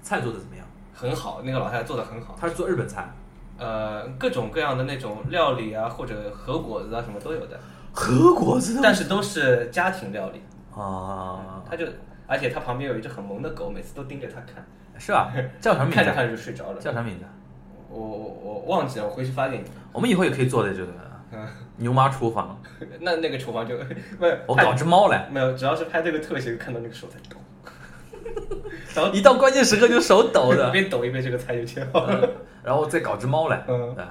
菜做的怎么样？很好，那个老太太做的很好。他是做日本菜，呃，各种各样的那种料理啊，或者和果子啊，什么都有的，和果子 [LAUGHS] 但是都是家庭料理。啊，她就，而且她旁边有一只很萌的狗，每次都盯着她看，是吧？叫什么名看着看字？着就睡着了。叫什么名字？我我我忘记了，我回去发给你。我们以后也可以做的这个牛妈厨房，那那个厨房就没有，我搞只猫来。没有，只要是拍这个特写，看到那个手在 [LAUGHS] 抖，然后一到关键时刻就手抖的一，边抖一边这个菜就切好了。嗯 [LAUGHS] 然后再搞只猫来，嗯对。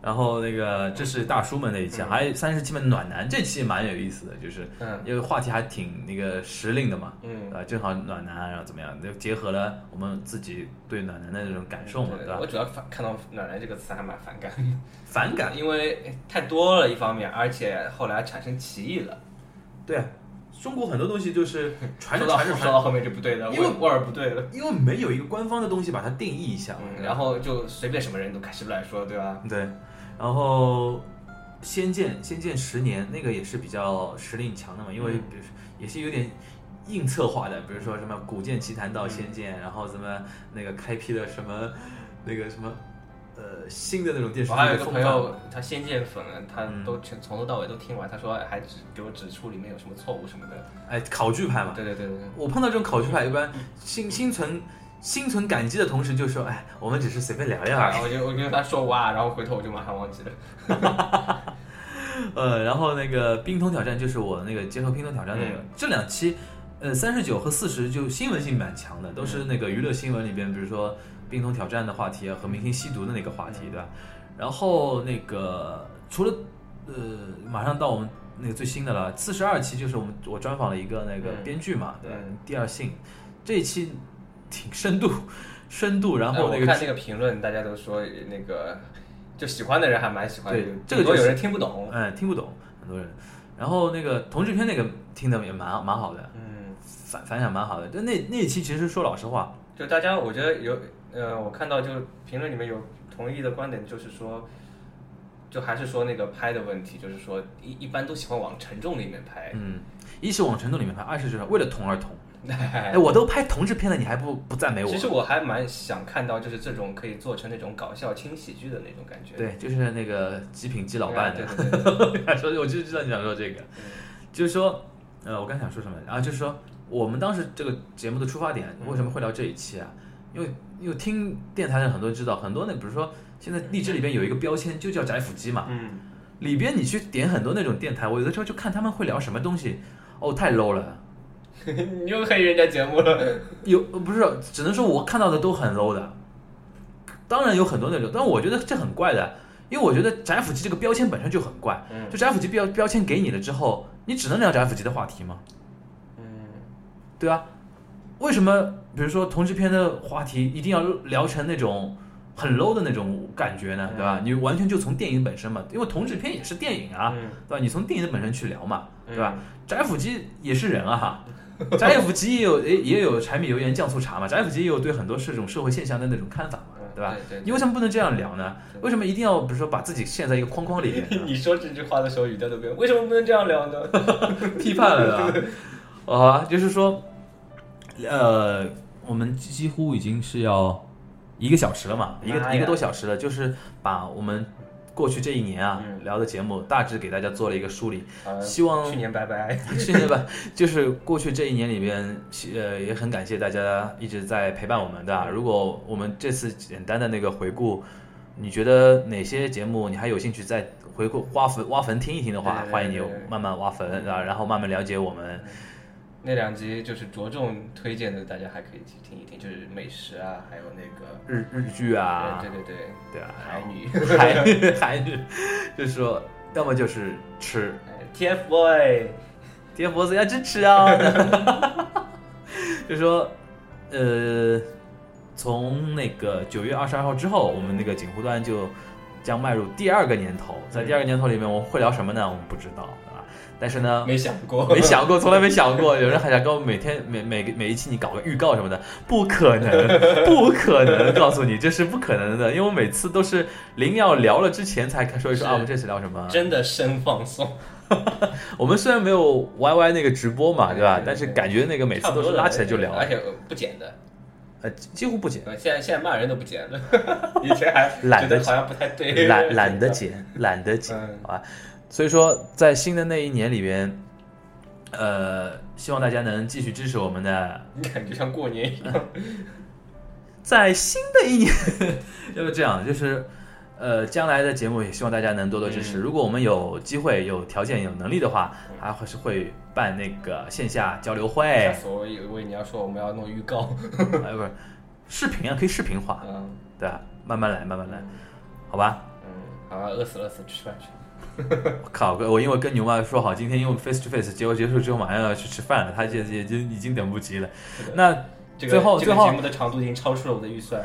然后那个这是大叔们那一期，还有三十七们暖男这期蛮有意思的，就是嗯因为话题还挺那个时令的嘛，嗯，呃，正好暖男然后怎么样，就结合了我们自己对暖男的那种感受嘛，对吧我？主要反看到“暖男”这个词还蛮反感的。反感，因为太多了，一方面，而且后来产生歧义了。对，啊中国很多东西就是传着说到传着说传到着，后面就不对了，因为味味儿不对了。因为没有一个官方的东西把它定义一下，嗯，然后就随便什么人都开始乱说，对吧？对，然后《仙剑》《仙剑十年》那个也是比较实力强的嘛，因为嗯比如说也是有点硬策划的，比如说什么《古剑奇谭》嗯到《仙剑》，然后什么那个开辟了什么那个什么呃新的那种电视我剧还的有一个风嗯朋格。友，他《仙剑》粉，他都全从头到尾都听完，他说还指给我指出里面有什么错误什么的。哎，考据派嘛，对对对对对。嗯我碰到这种考据派，一般心心存心存感激的同时就说，哎，我们只是随便聊聊而已。然后我就我就跟他说哇，然后回头我就马上忘记了。呃，然后那个冰桶挑战就是我那个结合冰桶挑战那个、嗯这两期，呃，三十九和四十就新闻性蛮强的，都嗯是那个娱乐新闻里边，比如说冰桶挑战的话题啊和明星吸毒的那个话题，嗯对吧？然后那个除了呃，马上到我们那个最新的了，四十二期就是我们我专访了一个那个嗯编剧嘛，啊对吧嗯第二性这一期挺深度，深度，然哎后我那看个那个评论，大家都说那个就喜欢的人还蛮喜欢的对，这个顶多就是有人听不懂。哎听不懂很多人，然后那个同志篇那个听的也蛮蛮好的。嗯，反反响蛮好的。就那那一期其实说老实话，就大家，我觉得有，呃，我看到就评论里面有同意的观点，就是说，就还是说那个拍的问题，就是说一一般都喜欢往沉重里面 [LAUGHS] 拍。嗯，一是往沉重里面拍，二是就是为了同而同。哎，哎我都拍同志片了，你还不不赞哎美我其？实我还蛮想看到，就是这种可以做成那种搞笑轻喜剧的那种感觉。对，就是那个极品基老伴对啊的，对对对，说 [LAUGHS] 我就知道你想说这个，嗯就是说，呃，我刚想说什么来着啊？就是说我们当时这个节目的出发点嗯为什么会聊这一期啊？因为因为听电台的人很多知道，很多那比如说现在荔枝里边有一个标签就叫宅腐基嘛，嗯， [LAUGHS] 里边你去点很多那种电台，我有的时候就看他们会聊什么东西，哦，太 low 了。你又黑人家节目了。有呃不是，只能说我看到的都很 low 的。当然有很多那种，但我觉得这很怪的，因为我觉得宅腐机这个标签本身就很怪。嗯就宅腐机标标签给你了之后，你只能聊宅腐机的话题吗？嗯，对啊，为什么比如说同志片的话题一定要聊成那种很 low 的那种感觉嗯呢？对吧？你完全就从电影本身嘛，因为同志片也是电影啊，嗯，对吧？你从电影的本身去聊嘛，嗯对吧？？宅腐鸡也是人啊，宅腐鸡也有也也有柴米油盐酱醋茶嘛，宅腐鸡也有对很多这种社会现象的那种看法嘛，对吧？？嗯对对你为什么不能这样聊呢？为什么一定要比如说把自己陷在一个框框里面呢？ [LAUGHS] 你说这句话的时候语调都变了，为什么不能这样聊呢？ [LAUGHS] 批判了的，啊，就是说，呃，我们几乎已经是要一个小时了嘛，一妈个呀一个多小时了，就是把我们过去这一年啊嗯聊的节目大致给大家做了一个梳理，啊希望去年拜拜。 [LAUGHS] 是的吧？就是过去这一年里边，呃，也很感谢大家一直在陪伴我们的。啊如果我们这次简单的那个回顾，你觉得哪些节目你还有兴趣再回顾挖坟挖坟听一听的话，对对对欢迎你对对慢慢挖坟啊，然后慢慢了解我们。那两集就是着重推荐的，大家还可以去听一听，就是美食啊，还有那个，日日剧啊，对对对对对，啊，海女 [LAUGHS] [LAUGHS] 还还是就是说，要么就是吃，哎 TFBOY，贴脖子要支持 [LAUGHS] 啊！就说，呃，从那个九月二十二号之后，我们那个锦湖端就将迈入第二个年头。在第二个年头里面，我们会聊什么呢？我们不知道，对吧？但是呢，没想过，啊没想过，从来没想过，有人还想跟我每天每每个每一期你搞个预告什么的，不可 [LAUGHS] 能，不可能，告诉你这是不可能的，因为我每次都是临要聊了之前才说一说是啊，我们这次聊什么。 [LAUGHS] 真的深放松， [LAUGHS] 我们虽然没有 YY 那个直播嘛，对吧哎对对？对但是感觉那个每次差不都多是了哎拉起来就聊，啊而且不剪的。呃，几几乎不 [LAUGHS] 剪，现在现在骂人都不剪 [LAUGHS] 了，以前还懒得觉好像不太对，懒懒得剪，懒得剪， [LAUGHS] 嗯好吧？所以说，在新的那一年里边，呃，希望大家能继续支持我们的你感觉像过年一样。在新的一年， [LAUGHS] 要不这样，就是呃，将来的节目也希望大家能多多支持。嗯如果我们有机会、有条件、有能力的话，还会是会办那个线下交流会，吓 [LAUGHS] 哎、死我！以为你要说我们要弄预告，不是视频啊，可以视频化，嗯对吧？慢慢来，慢慢来，好吧？嗯，好啊，饿死了饿死，吃饭去。我靠，我因为跟牛妈说好，今天因为 face to face，结果结束之后马上要去吃饭了，她现在已经已经等不及了。那这个最后这个最后节目的长度已经超出了我的预算，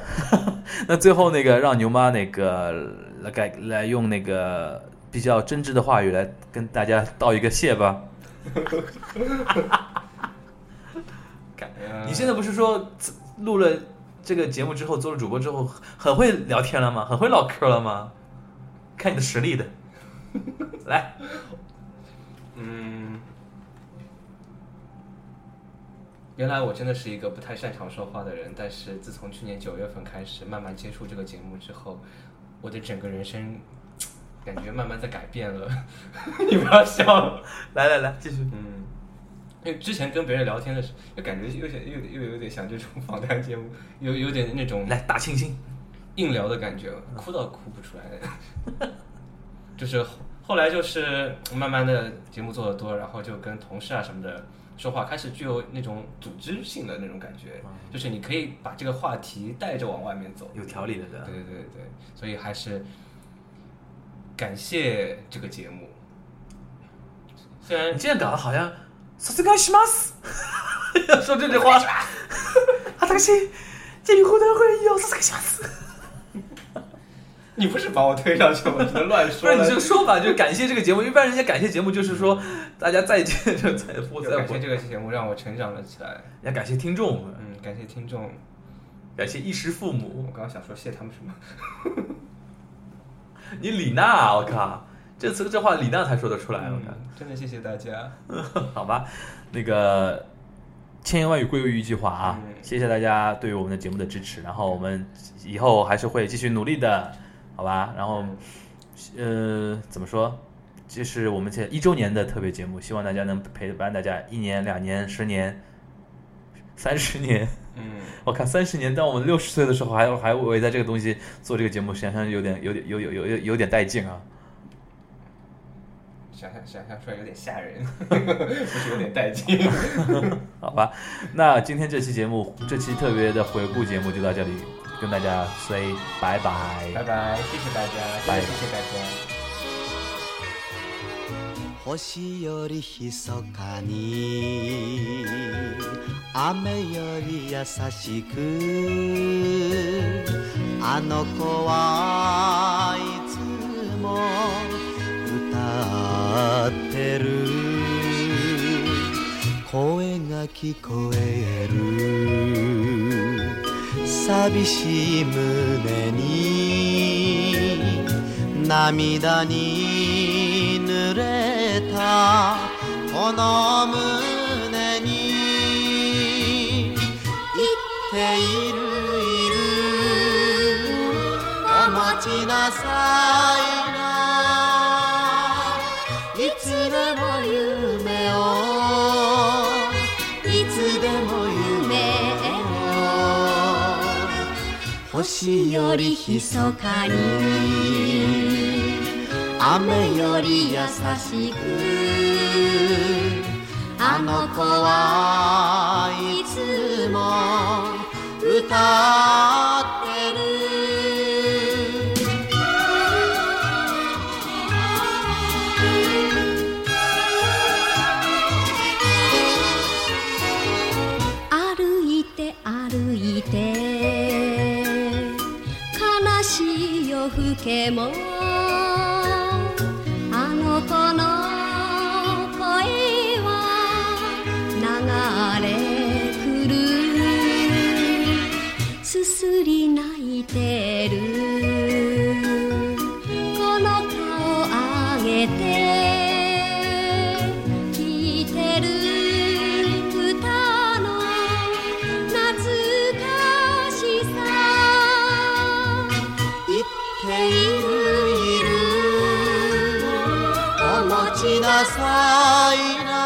那最后那个让牛妈那个来改来用那个比较真挚的话语来跟大家道一个谢吧。感觉嗯你现在不是说自录了这个节目之后，做了主播之后，很很会聊天了吗？很会唠嗑了吗？看你的实力的， [LAUGHS] 来，嗯，原来我真的是一个不太擅长说话的人，但是自从去年九月份开始慢慢接触这个节目之后，我的整个人生感觉慢慢在改变了。 [LAUGHS] 你不要笑，来来来，继续。嗯。因为之前跟别人聊天的时候，就感觉又有点又有又有点像这种访谈节目，有有点那种来大清新，硬聊的感觉，哭到哭不出来。 [LAUGHS] 就是后后来就是慢慢的节目做的多，然后就跟同事啊什么的说话，开始具有那种组织性的那种感觉，嗯就是你可以把这个话题带着往外面走。有条理的人对。对对对，所以还是感谢这个节目。虽然你这样搞得好像さすがし [LAUGHS] ます，要说这句话。啊，大西，这里湖南会有さすがします。你不是把我推上去吗，我只能 [LAUGHS] 乱不说是你了这。个说法，就是感谢这个节目。一般人家感谢节目就是说大家再见，就再不就再感不 [LAUGHS] 谢，这个节目让我成长了起来，要感谢听众，嗯，感谢听众。感谢衣食父母我。刚刚想说谢他们什么，你李娜，我靠，这词这话李娜才说得出来，我嗯真的谢谢大家。靠， [LAUGHS] 好吧，那个千言万语归于一句话啊，嗯谢谢大家对于我们的节目的支持，然后我们以后还是会继续努力的，好吧，然后呃，怎么说？这是我们这一周年的特别节目，希望大家能陪伴大家一年、两年、十年、三十年。 [LAUGHS] 嗯，我看三十年，当我们六十岁的时候还，还围在这个东西做这个节目，想想有点、有点、有有有有有点带劲啊。想象想象出来有点吓人， [LAUGHS] 不是有点带劲。 [LAUGHS] 好吧，那今天这期节目，这期特别的回顾节目就到这里，跟大家 say 拜拜拜拜，谢谢大家，真的谢谢大家。星よりひそかに雨より優しくあの子はいつも歌ってる声が聞こえる寂しい胸に涙に濡れたこの胸に言っているいるお待ちなさいないつでも夢をいつでも夢を星よりひそかに雨より優しくあの子はいつも歌ってる「れて聞いてる歌の懐かしさ言っているいるお持ちなさいな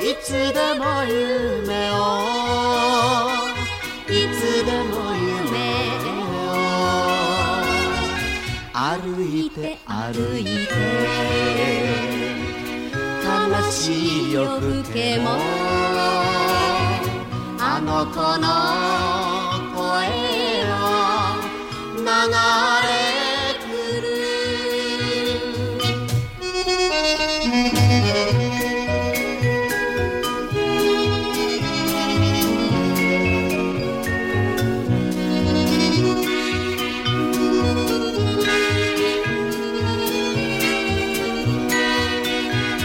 いつでも夢をいつでも夢を歩いて歩いて悲しい夜更けもあの子の声を流れ来る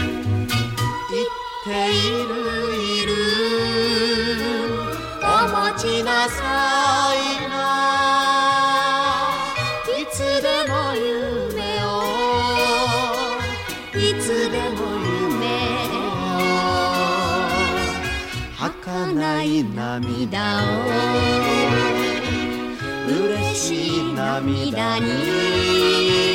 言っているいるお持ちなさいないつでも夢をいつでも夢を儚い涙を嬉しい涙に